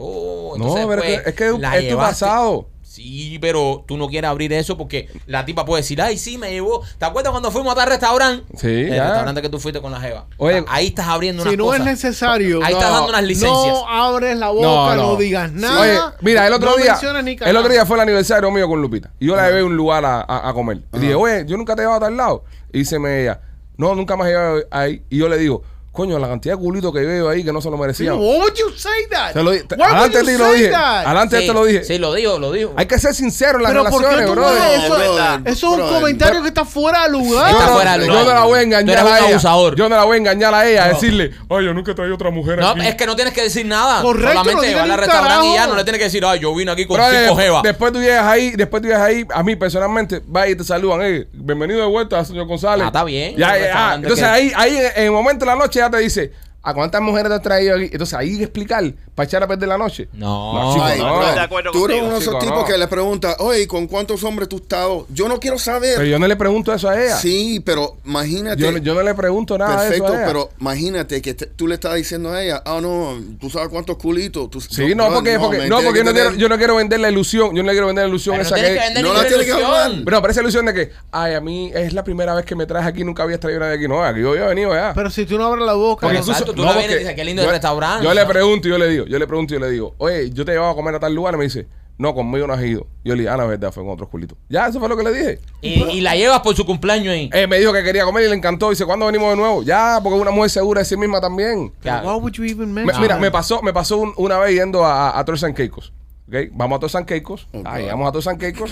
No, oh, entonces, pero es pues, que- es que la es tu llevaste. pasado. Sí, pero tú no quieres abrir eso porque la tipa puede decir, ay, sí, me llevó. ¿Te acuerdas cuando fuimos a tal restaurante? Sí, El ya. restaurante que tú fuiste con la Jeva. Oye. ahí estás abriendo Si unas no cosas. es necesario. Ahí estás dando unas licencias. No abres la boca, no, digas nada. Oye, mira, el otro no día, menciones ni el cagada. otro día fue el aniversario mío con Lupita. Y yo la llevé a un lugar a, a- a comer. Y dije, oye, yo nunca te he llevado a tal lado. Y dice ella, no, nunca más he llevado ahí. Y yo le digo, coño, la cantidad de culitos que veo ahí que no se lo merecían. Why would you say that? Te lo di- te- Why would adelante de you ti lo say dije. that? Adelante de Sí, ti lo dije. Sí, lo digo, lo digo. Hay que ser sincero en las Pero ¿por qué relaciones, tú bro. vas a eso? brother, Eso es un brother. comentario que está fuera de lugar. Está Yo no, fuera de lugar. yo no la voy a Tú engañar eres un a ella. abusador. Yo no la voy a engañar a ella. A decirle, ay, yo nunca he traído otra mujer No, aquí. es que no tienes que decir nada. Correcto, no Solamente digas va al ni un restaurante y ya carajo. no le tienes que decir, ay, yo vine aquí con Pero, eh, cinco jevas. Después tú llegas ahí, después tú llegas ahí, a mí personalmente, va y te saludan, eh, bienvenido de vuelta, señor González. Ah, está bien. Ya, Pero ya, está ah, hablando entonces que- ahí, ahí en- en el momento de la noche ya te dice, ¿a cuántas mujeres te has traído aquí? Entonces ahí hay que explicar, para echar a perder la noche. No. chico, Ay, no, bro, estoy de acuerdo tú eres contigo, uno de esos chico, tipos no. que le pregunta, oye, ¿con cuántos hombres tú has estado? Yo no quiero saber. Pero yo no le pregunto eso a ella. sí, pero imagínate. Yo, no- yo no le pregunto nada Perfecto, de Ah, eso a ella. pero imagínate que te- tú le estás diciendo a ella, ah, no, tú sabes cuántos culitos. tú- Sí, no, bro, porque, porque, me no, tiene porque yo, que no tener- quiero, yo no quiero vender la ilusión. Yo no le quiero vender la ilusión Pero no esa tienes que. que vender no ninguna la tienes que ilusión. hablar. Pero parece la ilusión de que, ay, a mí es la primera vez que me traes aquí, nunca habías traído a nadie aquí. No, aquí yo había venido ya. Pero si tú no abres la boca. Porque Porque exacto, incluso- tú la vienes y porque dices, qué lindo yo- el restaurante. Yo le ¿no? pregunto y yo le digo, yo le pregunto y yo le digo, oye, yo te llevaba a comer a tal lugar y me dice, no, conmigo no has ido. Yo le dije, ah, la verdad, fue con otros culitos. Ya, eso fue lo que le dije. Y, y la llevas por su cumpleaños ahí. Eh, me dijo que quería comer y le encantó. Dice, ¿cuándo venimos de nuevo? Ya, porque es una mujer segura de sí misma también. Ya. Why would you even Me- mention mira, that? me pasó, me pasó un- una vez yendo a, a, a Toys and Caicos. ¿ok? Vamos a Toys and Caicos. Oh, Ah, God. llegamos a Toys and Caicos.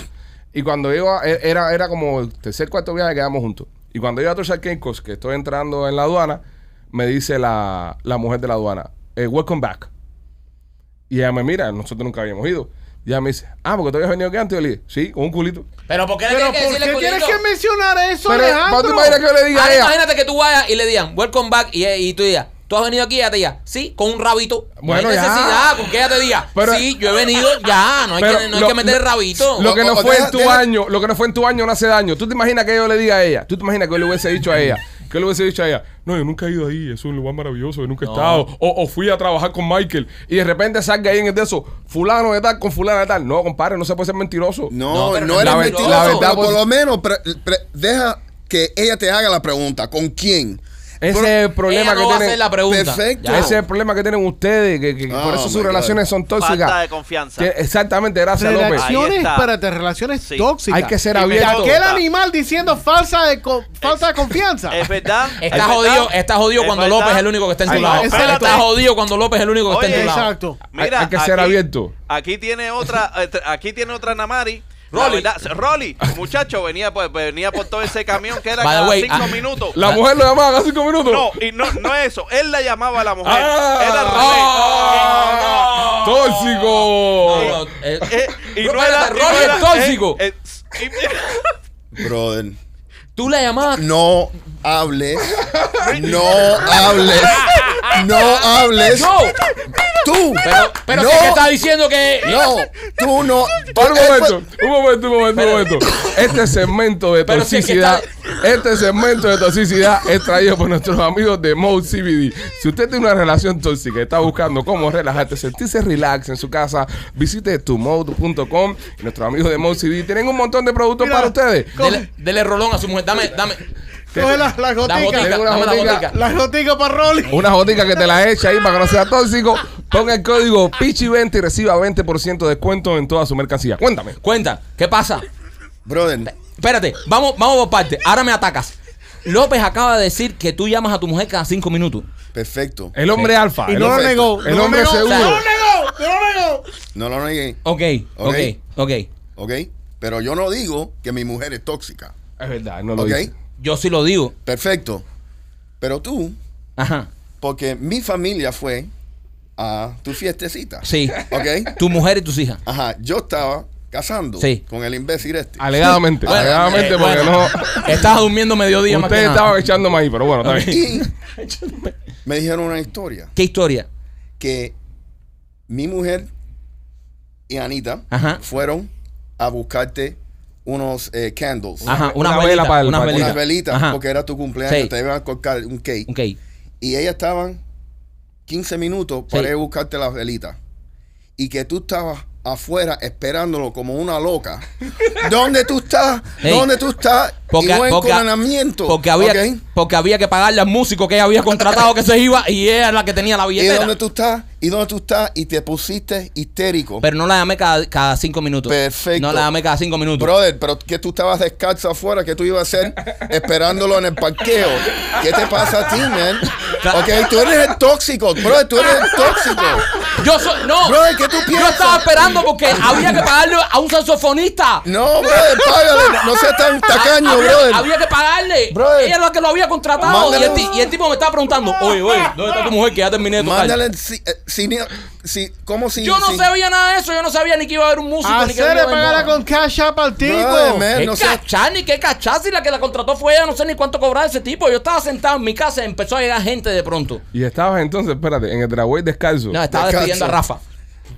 Y cuando iba, e, era, era como el tercer cuarto viaje que quedamos juntos. Y cuando iba a Toys and Caicos, que estoy entrando en la aduana, me dice la, la mujer de la aduana, eh, welcome back. Y ella me mira, nosotros nunca habíamos ido. Y ella me dice, ah, porque tú habías venido aquí antes. Y yo le dije, sí, con un culito. Pero ¿por qué le Pero tienes que ¿por decirle qué culito? tienes que mencionar eso, Pero, ¿para tú Alejandro? imaginas que yo le diga a Ahora ella? imagínate que tú vayas y le digan, welcome back, y, y tú digas, tú has venido aquí y ella te diga, sí, con un rabito. Bueno, no hay ya. necesidad, con que ella te diga, Pero- sí, yo he venido, ya, no hay, Pero que, no hay lo- que meter el rabito. Lo que O- no o- fue deja- en tu deja- año, lo que no fue en tu año no hace daño. ¿Tú te imaginas que yo le diga a ella? ¿Tú te imaginas que yo le hubiese dicho a ella? Que yo le hubiese dicho a ella, no, yo nunca he ido ahí, es un lugar maravilloso, yo nunca he estado. O, o fui a trabajar con Michael y de repente salga ahí en el de eso, fulano de tal, con fulano de tal. No, compadre, no se puede ser mentiroso. No, No, pero no, no eres es mentiroso. mentiroso. La verdad, pero por pues- lo menos pre- pre- deja que ella te haga la pregunta. ¿Con quién? Ese Pero- es el problema ella no que va a tienen. hacer la pregunta. Perfecto. Ya, Ese es el problema que tienen ustedes, que, que- que Oh, por eso my sus God. relaciones son tóxicas. Falta de confianza. Que- exactamente, gracias López. Ahí Relaciones, está. espérate, relaciones Sí. tóxicas. Hay que ser Y me abierto. encanta. Aquel animal diciendo falsa de co- falta de confianza. Es verdad. Está es jodido, verdad, está jodido es cuando verdad. López es el único que está en tu Ay, lado. espérate. Está jodido cuando López es el único que está en Oye, tu lado. Exacto. Mira, Hay- hay que ser abierto. Aquí tiene otra, eh, tra- aquí tiene otra Namari. Rolly. Rolly. Rolly, muchacho, venía por, venía por todo ese camión que era By the cada way, cinco ah, minutos. La mujer lo llamaba hace cinco minutos. No, y no, no es eso. Él la llamaba a la mujer. Ah, era ah, al revés. ¡Tóxico! No, no, eh, Eh, y no espérate, era, y no Rolly era- es tóxico. eh, eh, Brother, Tú la llamabas. no hables. No hables. No hables. No, Tú. pero, pero no, ¿qué está diciendo que. no, tú no. tú- Para un él fue- momento, un momento, un momento, un momento. Este segmento de Pero si es que toxicidad, este segmento de toxicidad es traído por nuestros amigos de Mode CBD. Si usted tiene una relación tóxica y está buscando cómo relajarte, sentirse relax en su casa, visite tumode.com. Y Nuestros amigos de Mode CBD tienen un montón de productos Mira, para ustedes. Dele, dele rolón a su mujer. Dame, dame. Coge la, la La gotica. botica, Tengo una dame la botica. botica. La gotica para Rolly. Una gotica que te la echa ahí para que no sea tóxico. Ponga el código PICHI20 y reciba 20% de descuento en toda su mercancía. Cuéntame. Cuenta, ¿qué pasa? pues, Brother, Espérate, vamos, vamos por parte. Ahora me atacas. López acaba de decir que tú llamas a tu mujer cada cinco minutos. perfecto. El hombre alfa. Y el no lo hombre- negó. El no lo hombre negó, seguro. No lo negó. No lo negó. No lo negué, Ok, ok, ok. ¿ok? Pero yo no digo que mi mujer es tóxica, Es verdad, no lo ¿ok? dice. Yo sí lo digo. Perfecto. Pero tú, Ajá. porque mi familia fue a tu fiestecita. Sí. ¿Ok? Tu mujer y tus hijas. Ajá, yo estaba casando Sí. con el imbécil este. Alegadamente. Bueno, alegadamente, eh, porque bueno, Estabas durmiendo mediodía no. más que Ustedes nada. estaban echando maíz, pero bueno, está bien. Y me dijeron una historia ¿Qué historia? que mi mujer y Anita Ajá. fueron a buscarte unos eh, candles, Ajá, Una una, vela velita, para el- unas para el- velitas. unas velitas, Ajá. porque era tu cumpleaños, Sí. te iban a colgar un cake. Ok. Y ellas estaban 15 minutos Sí. para ir a buscarte las velitas. Y que tú estabas afuera esperándolo como una loca. ¿Dónde tú estás? Hey. ¿Dónde tú estás? y buen coronamiento. porque había, ¿ok? porque había que pagarle al músico que ella había contratado que se iba y ella era la que tenía la ¿Y billetera. dónde tú estás? ¿Y dónde tú estás? Y te pusiste histérico. Pero no la llamé cada, cada cinco minutos. Perfecto. No la llamé cada cinco minutos. Brother, pero que tú estabas descalzo afuera, que tú ibas a hacer esperándolo en el parqueo. ¿Qué te pasa a ti, man? Ok, tú eres el tóxico, brother, tú eres el tóxico. yo soy. No. Brother, ¿qué tú yo piensas? estaba esperando porque había que pagarle a un saxofonista. No, brother, págale, no seas tan tacaño, había, brother. había que pagarle. Brother. Ella era la que lo había contratado. Y Mándale el, ti- un- y el tipo me estaba preguntando: Oye, oye, ¿dónde está tu mujer que ya terminé de tocar? Mándale si, eh, si, ni- si, ¿cómo si? Yo no si- sabía nada de eso. Yo no sabía ni que iba a haber un músico. ni que iba a Hacerle haber pagar nada. con cash app al tipo. Brother, man, ¿Qué Eh, no seas cachá, ni qué cachá? Si la que la contrató fue ella, no sé ni cuánto cobraba ese tipo. Yo estaba sentado en mi casa y empezó a llegar gente de pronto. Y estabas entonces, espérate, en el dragway descalzo. No, estaba Descansa. despidiendo a Rafa.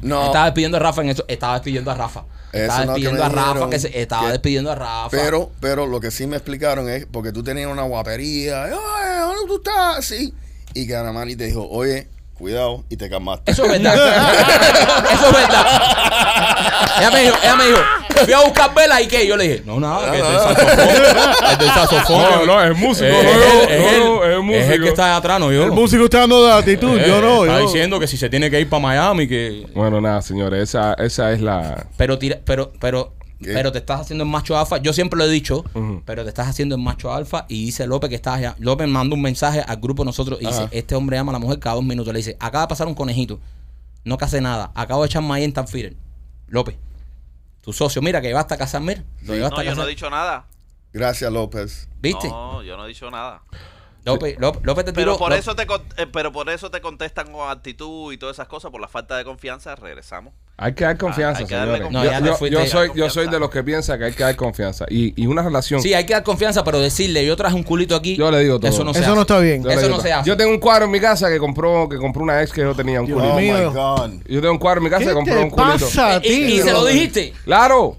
No, Estaba despidiendo a Rafa en eso. Estaba despidiendo a Rafa. Ah. Eso Estaba no que despidiendo me a Rafa. dijeron Que se, estaba que- despidiendo a Rafa. pero, pero lo que sí me explicaron es porque tú tenías una guapería. "Oye, ¿Dónde tú estás? Así. Y Ganamani te dijo, oye, cuidado, y te calmaste. Eso es verdad. eso es verdad. Ella me dijo, ella me dijo, fui a buscar vela y qué. Yo le dije, no, nada, que es del Ah, saxofón. Es del saxofón. No, no, es músico. eh, no, no, Es, él, es él. no, es músico. Es el que está atrás, no yo. El músico está dando la actitud. Eh, Yo no, Está yo. diciendo que si se tiene que ir para Miami, que Bueno, nada, señores, esa, esa es la. Pero tira, pero, pero, ¿Qué? pero te estás haciendo el macho alfa. Yo siempre lo he dicho, pero te estás haciendo el macho alfa. Y dice López que estás allá. López manda un mensaje al grupo nosotros y dice, este hombre ama a la mujer cada dos minutos. Le dice, acaba de pasar un conejito. No que hace nada. Acabo de echarme ahí en Tanfitter. López, tu socio, mira que va hasta casar, mira. Lo llevaste No, a yo no casar. he dicho nada. Gracias, López. ¿Viste? No, yo no he dicho nada. López, López, López te Pero tiró- por López- eso te con- eh, pero por eso te contestan con actitud y todas esas cosas por la falta de confianza, regresamos. Hay que dar confianza, hay que darle señores. confianza. Yo- No, ya te yo, fuiste. yo soy, yo Confianza. soy de los que piensa que hay que dar confianza. Y, y una relación. Sí, hay que dar confianza, pero decirle, yo traje un culito aquí. Yo le digo todo. Eso no, se Eso hace. no está bien. Yo le Eso digo no todo. se hace. Yo tengo un cuadro en mi casa que compró, que compró una ex que yo tenía un Dios culito. Oh, mío. my God. Yo tengo un cuadro en mi casa ¿Qué que compró te un culito. pasa a Eh, Y- ti? y, y se lo brother? dijiste. Claro.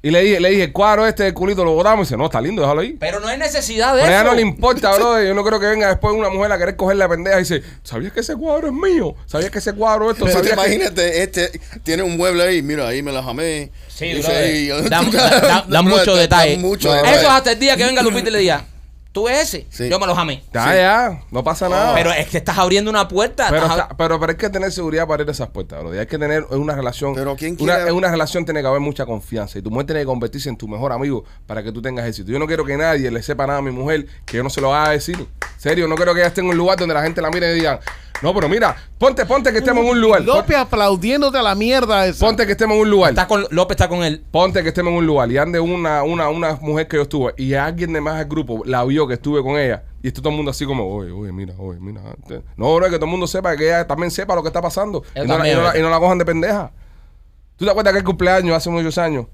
Y le dije, le dije, el cuadro este de culito lo botamos. Y dice, no, está lindo, déjalo ahí. Pero no hay necesidad de Pero a ella eso. no le importa, bro. Yo no creo que venga después una mujer a querer coger la pendeja y dice, ¿sabías que ese cuadro es mío? ¿Sabías que ese cuadro esto? Pero te ¿Sabías que-" imagínate, este tiene un mueble ahí, mira, ahí me la jamé. Sí, Dice brother. ahí, Da, da- da- da mucho da- detalle. da mucho No, detalle. Eso es hasta el día que venga Lupita y le diga, tú ese, Sí. Ah. yo me lo jamé. Ya, ya, no pasa nada. Pero es que estás abriendo una puerta. Pero, estás ab- está- pero, pero hay que tener seguridad para abrir esas puertas, bro. Y Hay que tener una relación. Pero ¿quién una, quiere- En una relación tiene que haber mucha confianza. Y tu mujer tiene que convertirse en tu mejor amigo para que tú tengas éxito. Yo no quiero que nadie le sepa nada a mi mujer que yo no se lo haga decir. Serio, no quiero que ella esté en un lugar donde la gente la mire y diga, no, pero mira, ponte, ponte que Mm. estemos en un lugar. Pon- López aplaudiéndote a la mierda esa. Ponte que estemos en un lugar. está con, López está con él. Ponte que estemos en un lugar y ande una, una, una mujer que yo estuve y alguien de más del grupo la vio que estuve con ella y está todo el mundo así como, oye, oye, mira, oye, mira. este". No, bro, que todo el mundo sepa, que ella también sepa lo que está pasando y Él no, la, y también, no la- ¿verdad? y no la cojan de pendeja. ¿Tú te acuerdas que el cumpleaños hace muchos años?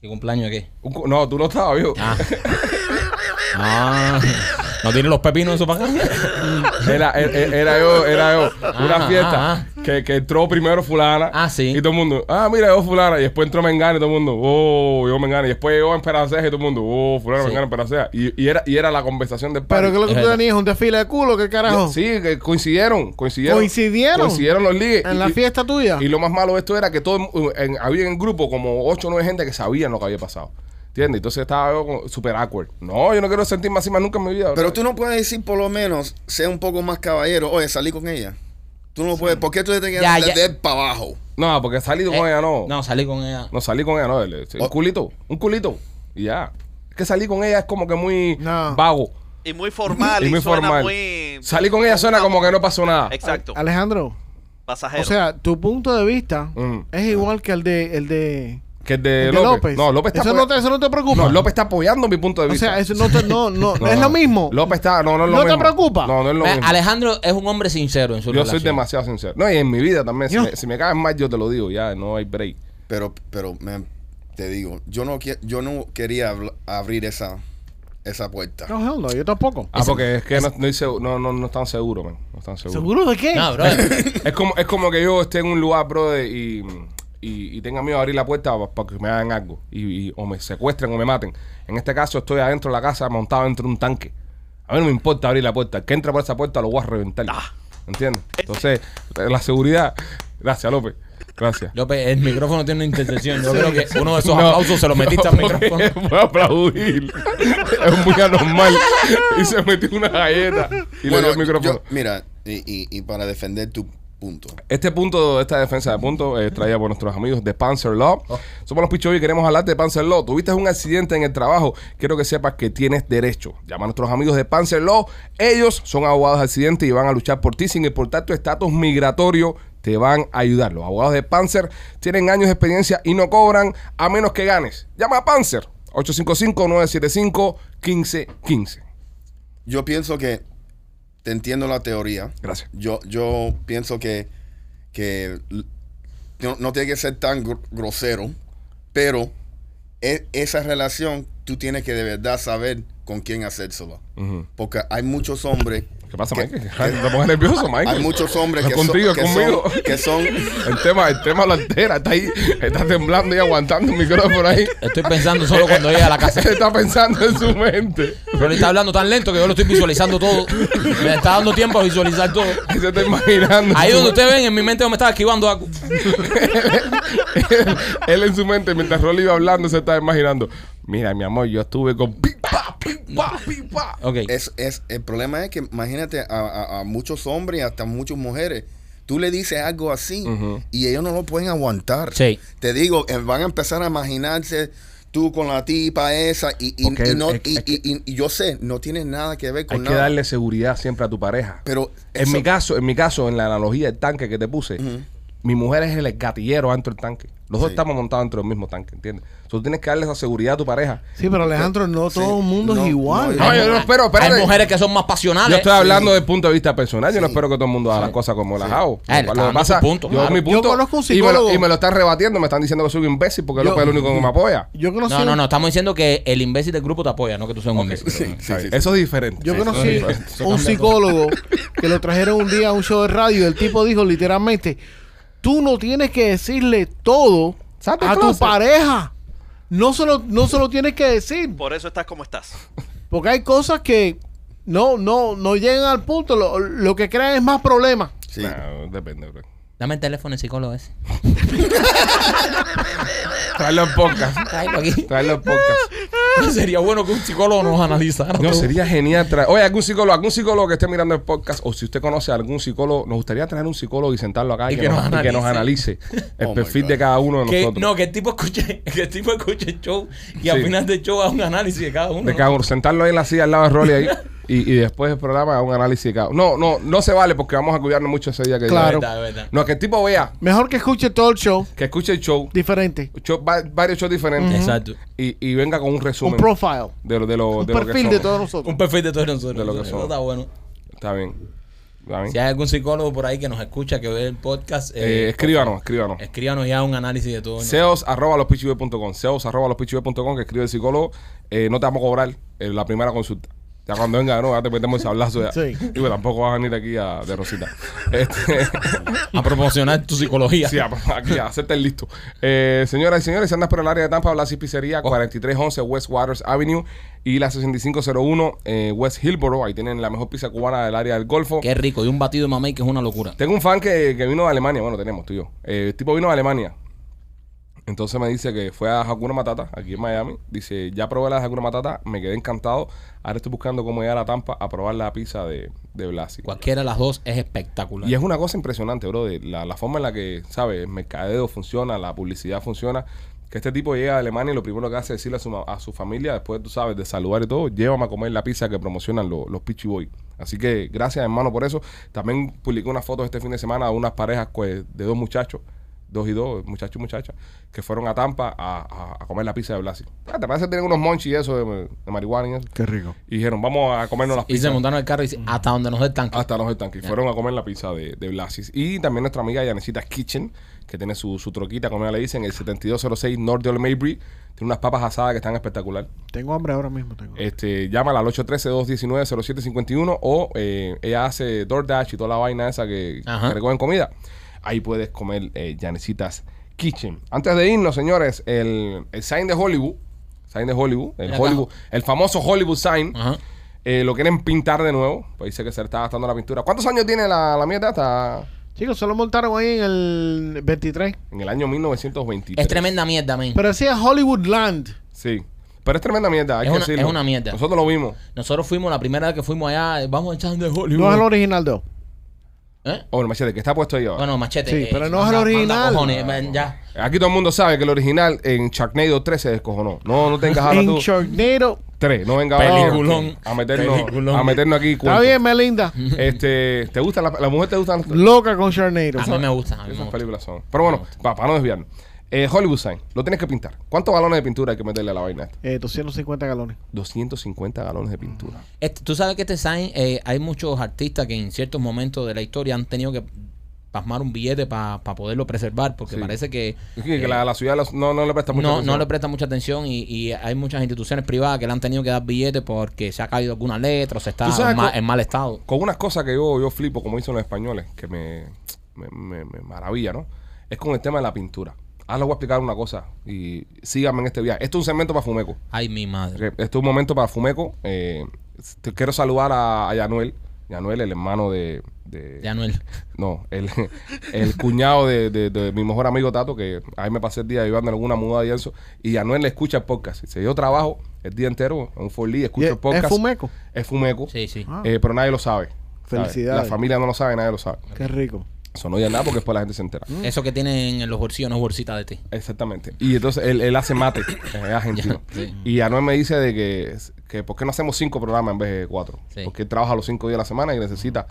¿Qué cumpleaños qué? Un cu- no, tú no estabas, viejo. Ah. Ah. ¿No tiene los pepinos en su paca? Era, era- era yo, era yo. Una Ajá, fiesta ajá. Que, que entró primero fulana. Ah, sí. Y todo el mundo, ah, mira, yo fulana. Y después entró Mengana y todo el mundo, oh, yo Mengana. Y después yo en Peraceja y todo el mundo, oh, fulana, Sí. Mengana, Peraceja. Y, y era, y era la conversación del Pero que party. lo que tú Ejército. tenías un desfile de culo, ¿qué carajo? Sí, que coincidieron, coincidieron. ¿Coincidieron? Coincidieron los ligues. En Y- la fiesta tuya. Y lo más malo de esto era que todo, el mu- en- había en el grupo como 8 o 9 gente que sabían lo que había pasado. ¿Entiendes? Entonces estaba yo como super awkward. No, yo no quiero sentirme así más nunca en mi vida. Pero bro. tú no puedes decir por lo menos, sea un poco más caballero. Oye, salí con ella. Tú no puedes. ¿Por qué tú le tienes Ya, que ya. dar para abajo? No, porque salí con ella no. Eh, No, salí con ella. No salí con ella, no. le- Un Oh. culito, un culito. Y ya. Es que salir con ella es como que muy No. vago Y muy formal y y, muy suena formal. muy Salir con ella suena como que no pasó nada. Exacto. Alejandro, Pasajero. o sea, tu punto de vista Mm. es igual que el de el de, Que el el de de López. López. No, López está eso, no apoya- te, eso no te preocupa. No, López está apoyando mi punto de o vista. sea, eso no te no, no, No, es no. lo mismo. López está, no, no es lo ¿No te mismo. preocupa? No, no es lo Eh, mismo. Alejandro es un hombre sincero en su Yo soy relación. demasiado sincero. No, y en mi vida también. Si Yo- me, si me caes mal, yo te lo digo. Ya, no hay break. Pero, pero, man, te digo, yo no, qui- yo no quería habl- abrir esa, esa puerta. No, hell no, yo tampoco. Ah, porque es que no, no, hice- no, no, no están seguros, man. No están seguros. ¿Seguro de qué? No, brother. Es, como, es como que yo esté en un lugar, brother, y, y, y tenga miedo a abrir la puerta para que me hagan algo. Y, y- o me secuestren o me maten. En este caso, estoy adentro de la casa montado dentro de un tanque. A mí no me importa abrir la puerta. El que entra por Ah. esa puerta lo voy a reventar. ¿Entiendes? Entonces, la seguridad. Gracias, López. Gracias. López, el micrófono tiene una intersección. Yo creo que uno de esos aplausos se lo metiste al micrófono. Voy a aplaudir. es muy anormal. Y se metió una galleta y le Bueno, dio el micrófono. yo- mira, y, y- y para defender tu punto. Este punto, esta defensa de punto, es traída por nuestros amigos de Panzer Law. Somos los Pichoy y queremos hablar de Panzer Law. Tuviste un accidente en el trabajo, quiero que sepas que tienes derecho. Llama a nuestros amigos de Panzer Law. Ellos son abogados de accidente y van a luchar por ti sin importar tu estatus migratorio. Te van a ayudar. Los abogados de Panzer tienen años de experiencia y no cobran a menos que ganes. Llama a Panzer 855-975-1515. Yo pienso que te entiendo la teoría. Gracias. Yo, yo pienso que, que l- no, no tiene que ser tan gr- grosero, pero e- esa relación tú tienes que de verdad saber con quién hacérsela. Ujú. Porque hay muchos hombres. ¿Qué pasa, que- Mike? ¿Te pones nervioso, Mike? Hay muchos hombres No que, contigo, son, que, conmigo. son, que son- El tema, el tema lo altera, está ahí, está temblando y aguantando el micrófono ahí. Estoy pensando solo cuando llegue a la casa. Está pensando en su mente. Rolly está hablando tan lento que yo lo estoy visualizando todo. Me está dando tiempo a visualizar todo. Se está imaginando. Ahí en su donde ustedes ven, en mi mente yo me estaba esquivando algo. mente. él, él en su mente, mientras Rolly iba hablando, se está imaginando. Mira, mi amor, yo estuve con pi, pa, pi, pa, pi, pa". Ok. es, es- el problema es que imagínate a, a- a muchos hombres y hasta muchas mujeres. Tú le dices algo así y ellos no lo pueden aguantar. Sí. Te digo, eh, van a empezar a imaginarse tú con la tipa esa y, y- Porque y no- es- y- es que- y- y- y yo sé, no tiene nada que ver con Hay que nada. darle seguridad siempre a tu pareja. Pero en eso- mi caso, en mi caso, en la analogía del tanque que te puse, mi mujer es el gatillero dentro del tanque. Los dos Sí. estamos montados dentro del mismo tanque, ¿entiendes? Entonces, tú tienes que darle esa seguridad a tu pareja. Sí, pero Alejandro, no Sí, todo el mundo no, es igual. No, yo no espero, espérate. Hay mujeres que son más pasionales. Yo estoy hablando desde el punto de vista personal. Yo no Sí. espero que todo el mundo haga las cosas como las hago. Ah, él Lo está que dando pasa- su punto, yo hago claro. mi Yo punto conozco un y, me lo, psicólogo. y me lo están rebatiendo. Me están diciendo que soy un imbécil porque Yo- López es el único que me apoya. Yo conocí, No, no, no, estamos diciendo que el imbécil del grupo te apoya, no que tú seas un imbécil. Sí, sí, sí. Eso es diferente. Yo Sí, eso conocí es diferente. un psicólogo que lo trajeron un día a un show de radio. y El tipo dijo literalmente: Tú no tienes que decirle todo Sal de a tu closet. pareja. No se, lo, no se lo tienes que decir. Por eso estás como estás. Porque hay cosas que no, no, no llegan al punto. Lo, lo que crean es más problemas. Sí. No, depende, bro. Dame el teléfono del psicólogo ese. Traerlo en podcast. Tráelo aquí. Traerlo en podcast. Sería bueno que un psicólogo nos analizara. No, todo. sería genial traer. Oye, algún psicólogo, algún psicólogo que esté mirando el podcast, o si usted conoce a algún psicólogo, nos gustaría traer un psicólogo y sentarlo acá y, que, nos, y que nos analice el Oh my perfil God. de cada uno de Que, nosotros. no, que el tipo escuche, que el tipo escuche el show y al Sí. final del show haga un análisis de cada uno. De ¿no? cada uno. Sentarlo ahí en la silla al lado de Rolly ahí. Y, y después del programa un análisis de cada uno. No, no, no se vale porque vamos a cuidarnos mucho ese día que Claro. De verdad, de verdad. No, que el tipo vea, Mejor que escuche todo el show que escuche el show, diferente. show- va- varios shows diferentes. Exacto. Y, y venga con un resumen. Un profile. de lo, de lo, Un de lo Oh, que perfil somos. de todos nosotros. Un perfil de todos nosotros. De lo que Eso somos. está bueno. Está bien. Está bien. Si hay algún psicólogo por ahí que nos escucha, que ve el podcast, Eh, eh, escríbanos, escríbanos. escríbanos ya un análisis de todo. ¿no? Seos arroba los Seos arroba los que escribe el psicólogo. Eh, no te vamos a cobrar eh, la primera consulta. Ya cuando venga, no, ya te metemos el sablazo. Ya. Sí. Y bueno, tampoco vas a venir aquí a, de Rosita. Este, A proporcionar tu psicología. Sí, a- aquí, a hacerte el listo. Eh, señoras y señores, si andas por el área de Tampa, Blas y Pizzería, 4311 West Waters Avenue y la 6501 eh, West Hillboro. Ahí tienen la mejor pizza cubana del área del Golfo. Qué rico. Y un batido de mamey que es una locura. Tengo un fan que, que vino de Alemania. Bueno, tenemos, tú y yo. Eh, el tipo vino de Alemania. Entonces me dice que fue a Hakuna Matata, aquí en Miami. Dice, ya probé la de Hakuna Matata, me quedé encantado. Ahora estoy buscando cómo llegar a Tampa a probar la pizza de, de Blasi. Cualquiera de las dos es espectacular. Y es una cosa impresionante, bro. de La, la forma en la que, ¿sabes? El mercadeo funciona, la publicidad funciona. Que este tipo llega a Alemania y lo primero que hace es decirle a su, ma- a su familia, después, tú sabes, de saludar y todo, llévame a comer la pizza que promocionan lo- los Pichi Boy. Así que gracias, hermano, por eso. También publiqué unas fotos este fin de semana de unas parejas pues, de dos muchachos, dos y dos, muchachos y muchachas, que fueron a Tampa a, a- a comer la pizza de Blasi. Ah, te parece que tienen unos monchis y eso de, de marihuana y eso. Qué rico. Y dijeron, vamos a comernos las Y pizzas. se montaron el carro y dice, hasta donde nos dé el tanque. Hasta los del tanque. Y Fueron a comer la pizza de, de Blasis. Y también nuestra amiga Yanecita Kitchen, que tiene su, su troquita, como ya le dicen, el 7206 North de Old Mabry. Tiene unas papas asadas que están espectacular. Tengo hambre ahora mismo. Tengo. Este, llámala al 813-219-0751 o eh, ella hace DoorDash y toda la vaina esa que, Ajá. que recogen comida. Ahí puedes comer eh, Yanecitas Kitchen. Antes de irnos, señores, el, el sign de Hollywood, sign de Hollywood, el, La Hollywood, el famoso Hollywood sign, Ajá. eh, lo quieren pintar de nuevo. Pues dice que se le está gastando la pintura. ¿Cuántos años tiene la, la mierda? Está Chicos, se lo montaron ahí en el 23. En el año 1923. Es tremenda mierda, men. Pero así es Hollywood Land. Sí. Pero es tremenda mierda, hay Es que una- decirlo. es una mierda. Nosotros lo vimos. Nosotros fuimos, la primera vez que fuimos allá, eh, vamos echando de No es el Hollywood. original, though. ¿Eh? Hombre, Oh, machete, que está puesto ahí ahora. Bueno, machete. Sí, eh, pero no es el manda- manda original. cojones, men, ya. Aquí todo el mundo sabe que el original en Sharknado 3 se descojonó. No, no tengas ahora en tú. Sharknado. 3, no venga ahora Peliculón. a meternos, Peliculón. a meternos aquí. Está cuentos. bien, Melinda. Este, ¿te gusta la, la mujer te gustan las- Loca con Sharknado. A mí me gusta. a mí me esas gusta. películas son. Pero bueno, para, no desviarnos. Eh, Hollywood Sign, lo tienes que pintar. ¿Cuántos galones de pintura hay que meterle a la vaina esta? Eh, 250 galones. 250 galones de pintura. Este, Tú sabes que este sign, eh, hay muchos artistas que en ciertos momentos de la historia han tenido que pasmar un billete para poderlo preservar, porque Sí. parece que, Es que la, la ciudad los- no, no le presta mucha Eh. no, atención. no le presta mucha atención y, y hay muchas instituciones privadas que le han tenido que dar billetes porque se ha caído alguna letra o se está Tú sabes en ma- cu- en mal estado. Con unas cosas que yo, yo flipo, como dicen los españoles, que me, me, me- me maravilla, ¿no? Es con el tema de la pintura. Ahora les voy a explicar una cosa y síganme en este viaje. Esto es un segmento para Fumeco. Ay, mi madre. Este es un momento para Fumeco. Eh, te quiero saludar a, a Yanuel. Yanuel, el hermano de... de- Ya no el- No, el, el cuñado de, de- de mi mejor amigo Tato, que ahí me pasé el día llevando alguna muda y eso. Y Yanuel le escucha el podcast. Dice, yo trabajo el día entero en un Forlí, escucho ¿Y es- el podcast. es Fumeco? Es Fumeco. Sí, sí. Ah. Eh, pero nadie lo sabe. ¿sabes? Felicidades. La familia no lo sabe, nadie lo sabe. Qué rico. Eso no diga nada porque después la gente se entera. Mm. Eso que tienen en los bolsillos no es bolsita de té. Exactamente. Y entonces él, él hace mate, eh, es argentino. Y Anuel me dice de que, que por qué no hacemos cinco programas en vez de cuatro. Sí. Porque él trabaja los cinco días de la semana y necesita.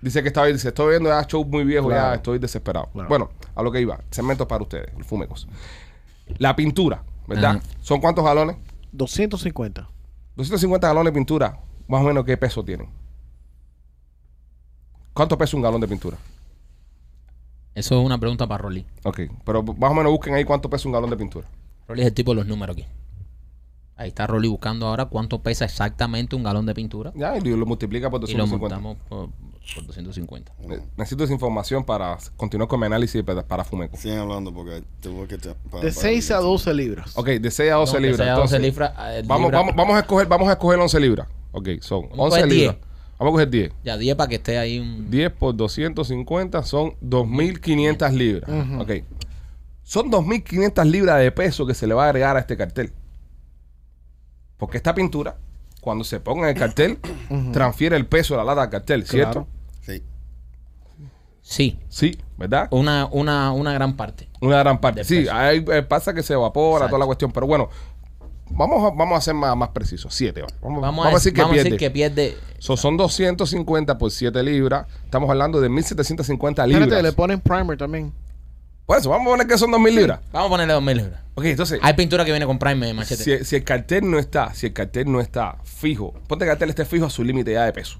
Dice que está dice, estoy viendo ya show muy viejo, ya estoy desesperado. Bueno, a lo que iba, segmentos para ustedes, fumecos. La pintura, ¿verdad? Ajá. ¿Son cuántos galones? 250. 250 galones de pintura, más o menos qué peso tienen. ¿Cuánto pesa un galón de pintura? Eso es una pregunta para Rolly. Ok, pero más o menos busquen ahí cuánto pesa un galón de pintura. Rolly es el tipo de los números aquí. Ahí está Rolly buscando ahora cuánto pesa exactamente un galón de pintura. Ya, y lo lo multiplica por Y lo 250. montamos por, por 250. Eh, Necesito esa información para continuar con mi análisis para, para Fumeco. Siguen hablando porque tengo que... te- pa- De pa- 6 a 12 libras. pues, Ok, de 6 a 12 No, que libras. sea 12 entonces, libras, eh, Vamos, libras. vamos, vamos a escoger, vamos a escoger 11 libras. Ok, son Vamos a 11 coger libras. 10. Vamos a coger 10. Ya 10 para que esté ahí un... 10 por 250 son 2.500 libras. Ok. Son 2.500 libras de peso que se le va a agregar a este cartel. Porque esta pintura, cuando se ponga en el cartel, transfiere el peso de la lata al cartel, ¿cierto? Sí. Sí, Sí, ¿verdad? una, una, una gran parte. Una gran parte. Del Sí, peso. hay, eh, pasa que se evapora Exacto. toda la cuestión, pero bueno, vamos a, vamos a ser más, más precisos. Siete, vamos, vamos, Vamos, vamos a decir que vamos pierde. a decir que pierde. So, son 250 por 7 libras. Estamos hablando de 1750 libras. Espérate, le ponen primer también. Por eso, vamos a poner que son 2000 libras. Vamos a ponerle 2000 libras. Ok, entonces, Hay pintura que viene con Prime, eh, machete. si, si el cartel no está, si el cartel no está fijo, ponte que el cartel esté fijo a su límite ya de peso.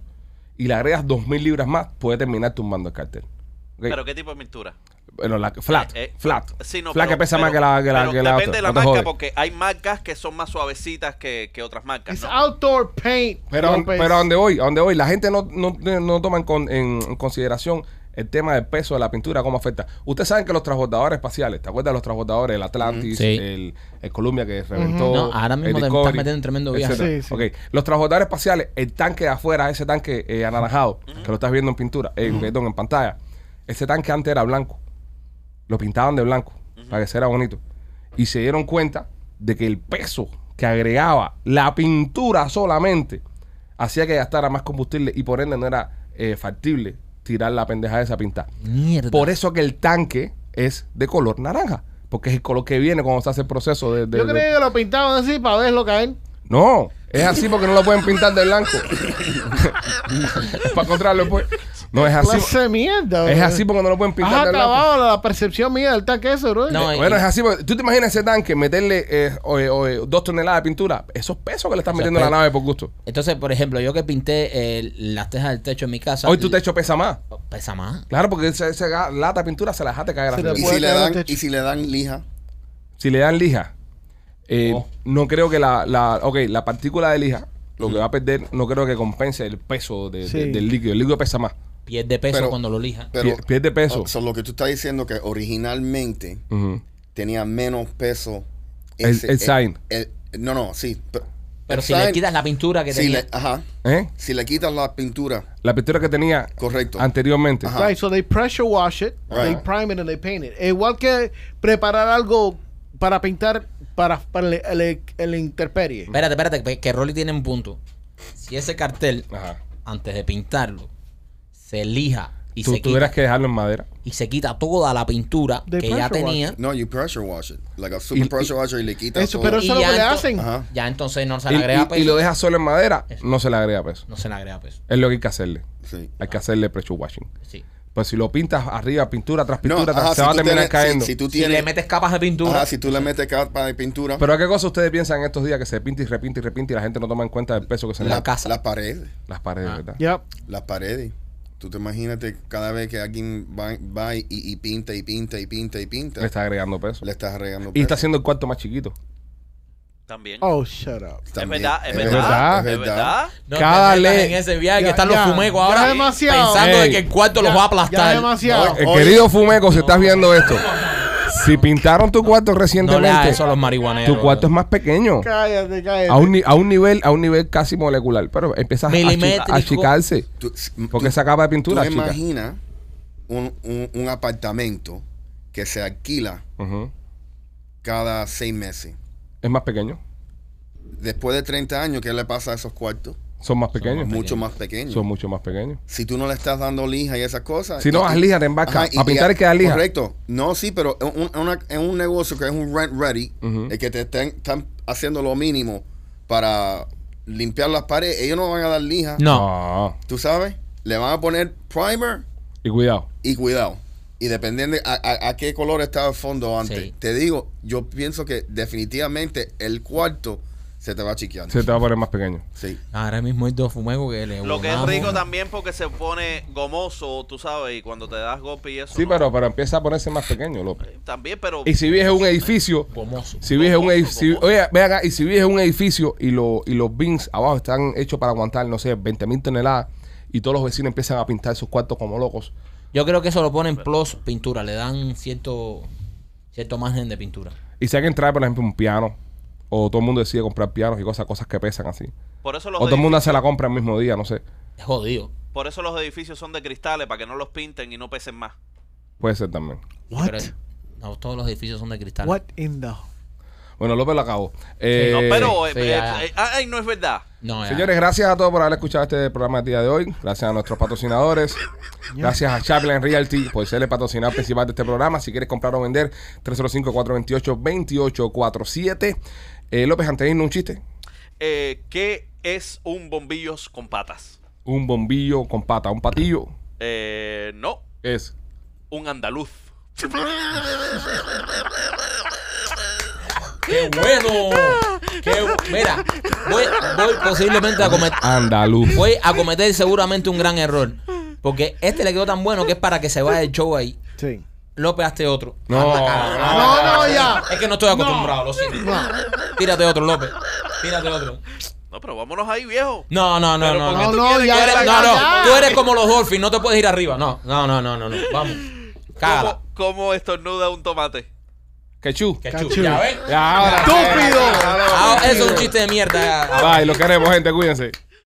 Y le agregas 2000 libras más, puede terminar tumbando el cartel. Ok, ¿Pero qué tipo de pintura? Bueno, la flat, Eh, eh, flat. Sí, no, flat pero- que pesa más pero- que la, que la, pero que la depende otra. de la No te marca, jodes. porque hay marcas que son más suavecitas que, que otras marcas, It's ¿no? outdoor paint. pues, Pero, a- López. pero a donde voy, a donde voy, la gente no, no, no toma en, con- en- en consideración el tema del peso de la pintura, cómo afecta. Ustedes saben que los transbordadores espaciales, ¿te acuerdas de los transbordadores? El Atlantis, Sí. el, el Columbia que reventó. No, ahora mismo el te estás Discovery, metiendo en tremendo viaje. etcétera. Sí, sí. Ok, Los transbordadores espaciales, el tanque de afuera, ese tanque eh, anaranjado, que lo estás viendo en pintura, eh, perdón, en pantalla, ese tanque antes era blanco. Lo pintaban de blanco para que se era bonito. Y se dieron cuenta de que el peso que agregaba la pintura solamente hacía que gastara más combustible y por ende no era eh, factible tirar la pendeja de esa pintar. Mierda. Por e- eso que el tanque es de color naranja. Porque es el color que viene cuando se hace el proceso de... de- Yo de- creía que lo pintaban así para verlo caer. No, es así porque no lo pueden pintar de blanco. Es para encontrarlo pues. No, es así. Clase de mierda. Es bro. así porque no lo pueden Has pintar de blanco. acabado la percepción mía del tanque ese, bro. No, eh, Bueno, es así. porque- ¿Tú te imaginas ese tanque meterle eh, o- o- dos toneladas de pintura? Esos pesos que le estás metiendo a la pesos. nave por gusto. Entonces, por ejemplo, yo que pinté eh, las tejas del techo en mi casa. Hoy tu techo pesa más. Pesa más. Claro, porque esa, esa ga- lata de pintura se la dejaste caer Se arriba. la Y puede si, le caer al dan, techo. y si le dan lija, Si le dan lija, eh, Oh. no creo que la, la, ok, la partícula de lija, lo que va a perder, no creo que compense el peso de- de- Sí. del líquido. El líquido pesa más. Pierde peso Pero- cuando lo lija. pero... Pier- pierde peso. o sea, lo que tú estás diciendo que originalmente Ujú. tenía menos peso. El- el sign. el- no, no, sí. pe- Pero si Exacto. le quitas la pintura que si tenía. le, ajá, ¿Eh? si le quitas la pintura, La pintura que tenía correcto. anteriormente. Ajá. Right, so they pressure wash it, they Right. prime it and they paint it. Igual que preparar algo para pintar para, para el, el, el intemperie. Espérate, espérate, que, que Rolly tiene un punto. Si ese cartel, Ajá. antes de pintarlo, se lija y Tú se tuvieras quita, que dejarlo en madera. y se quita toda la pintura They que ya pressure wash tenía. No, you pressure wash it. Like a Y- super y- pressure washer y le quitas Eso, todo. pero Y eso es lo ya que le ento- hacen. Ajá. Ya entonces no se Y, le agrega y- y peso. lo dejas solo en madera, no se le agrega peso. No se le agrega peso. Es lo que hay que hacerle. Sí. Hay que hacerle pressure washing. Sí. Pues si lo pintas arriba, pintura tras No, pintura, tras- ajá, se si va a tú terminar tienes- cayendo. Si, si tú Si tienes, le metes capas de pintura, ajá, si tú le metes capa de pintura, Pero ¿a qué cosa ustedes piensan estos días que se pinta y repinta y repinta y la gente no toma en cuenta el peso que se le La Ah. da? casa. las paredes, Las paredes, ¿verdad? Yep. las paredes. Tú te imagínate cada vez que alguien va, va y, y pinta y pinta y pinta y pinta, Le está agregando peso. le estás regando. Y está haciendo el cuarto más chiquito. También. Oh, shut up. Es verdad, es verdad, verdad, es verdad. no Cada te metas ley- en ese viaje que Ya, están ya, los fumecos ya ahora demasiado. pensando de Ey. que el cuarto los va a Ya aplastar. demasiado. Eh, Oye. querido Fumeco, si estás viendo esto, si pintaron tu cuarto no le recientemente, hagas eso a los marihuaneros. tu cuarto es más pequeño. cállate, cállate. A un, ni- a un nivel a un nivel casi molecular, pero empiezas a, chi- a Milimétrico. achicarse. Tú- Porque tú- esa capa de pintura, tú chica. imagina un, un- un apartamento que se alquila Ujú. cada seis meses. Es más pequeño. Después de 30 años, ¿qué le pasa a esos cuartos? Son más pequeños. Mucho más pequeños. Son mucho más pequeños. Si tú no le estás dando lija y esas cosas. Si no, haz lija, te embarca. y- Pa' pintar y- hay que dar lija. Correcto. No, sí, pero en un, en una- en un negocio que es un rent ready, Ujú. el que te estén- están haciendo lo mínimo para limpiar las paredes, ellos no van a dar lija. No. Ah, ¿Tú sabes? Le van a poner primer y cuidado. y cuidado. Y dependiendo de a, a- a qué color estaba el fondo antes. Sí. Te digo, yo pienso que definitivamente el cuarto se te va chiqueando. Se te va a poner más pequeño. Sí. Ahora mismo hay dos fumegos que le Lo que es volamos. rico también porque se pone gomoso, tú sabes, y cuando te das golpe y eso. Sí, no. pero, pero empieza a ponerse más pequeño, López. También, pero. Y si vives en un edificio, Gomoso. si vives en un edificio, oye, ve acá, y si vives en un edificio y, lo- y los bins abajo están hechos para aguantar, no sé, 20 mil toneladas, y todos los vecinos empiezan a pintar sus cuartos como locos. Yo creo que eso lo ponen plus pintura, le dan cierto cierto margen de pintura. Y si alguien trae, por ejemplo, un piano, o todo el mundo decide comprar pianos y cosas, cosas que pesan así. Por eso, O los todo el mundo edificios, hace la compra el mismo día, no sé. Es jodido. por eso los edificios son de cristales, para que no los pinten y no pesen más. Puede ser también. What? Pero es- no todos los edificios son de cristal. What in the... Bueno, López lo acabó. Eh, no, pero. eh, sí, eh, ya, ya. eh, ay, no es verdad. No, ya. Señores, gracias a todos por haber escuchado este programa el día de hoy. Gracias a nuestros patrocinadores. Gracias a Chaplin Realty por ser el patrocinador principal de este programa. Si quieres comprar o vender, 305-428-2847. Eh, López, antes de irnos, un chiste. Eh, ¿Qué es un bombillos con patas? Un bombillo con pata, un patillo. Eh, no, Es. un andaluz. ¡Qué bueno! Qué bu- Mira, voy, voy posiblemente a cometer. Andaluz. Voy a cometer seguramente un gran error. Porque este le quedó tan bueno que es para que se vaya el show ahí. Sí. López, hazte otro. No. Haz la cara. No, no, ya. Es que no estoy acostumbrado, lo siento. Tírate otro, López. Tírate otro. No, pero vámonos ahí, viejo. No, no, no, Pero no. ¿por qué No, No, tú no, quieres ya, Tú que eres- ya, la- no, no, ya. Tú eres como los Dolphins, no te puedes ir arriba. No, no, no, no, no, no. Vamos. Cágala. ¿Cómo, cómo estornuda un tomate? Quechú. Que Cachú. chu- Ya ves. Ya, ahora. ¡Estúpido! Ah, eso es un chiste de mierda. Bye, lo queremos, gente. Cuídense.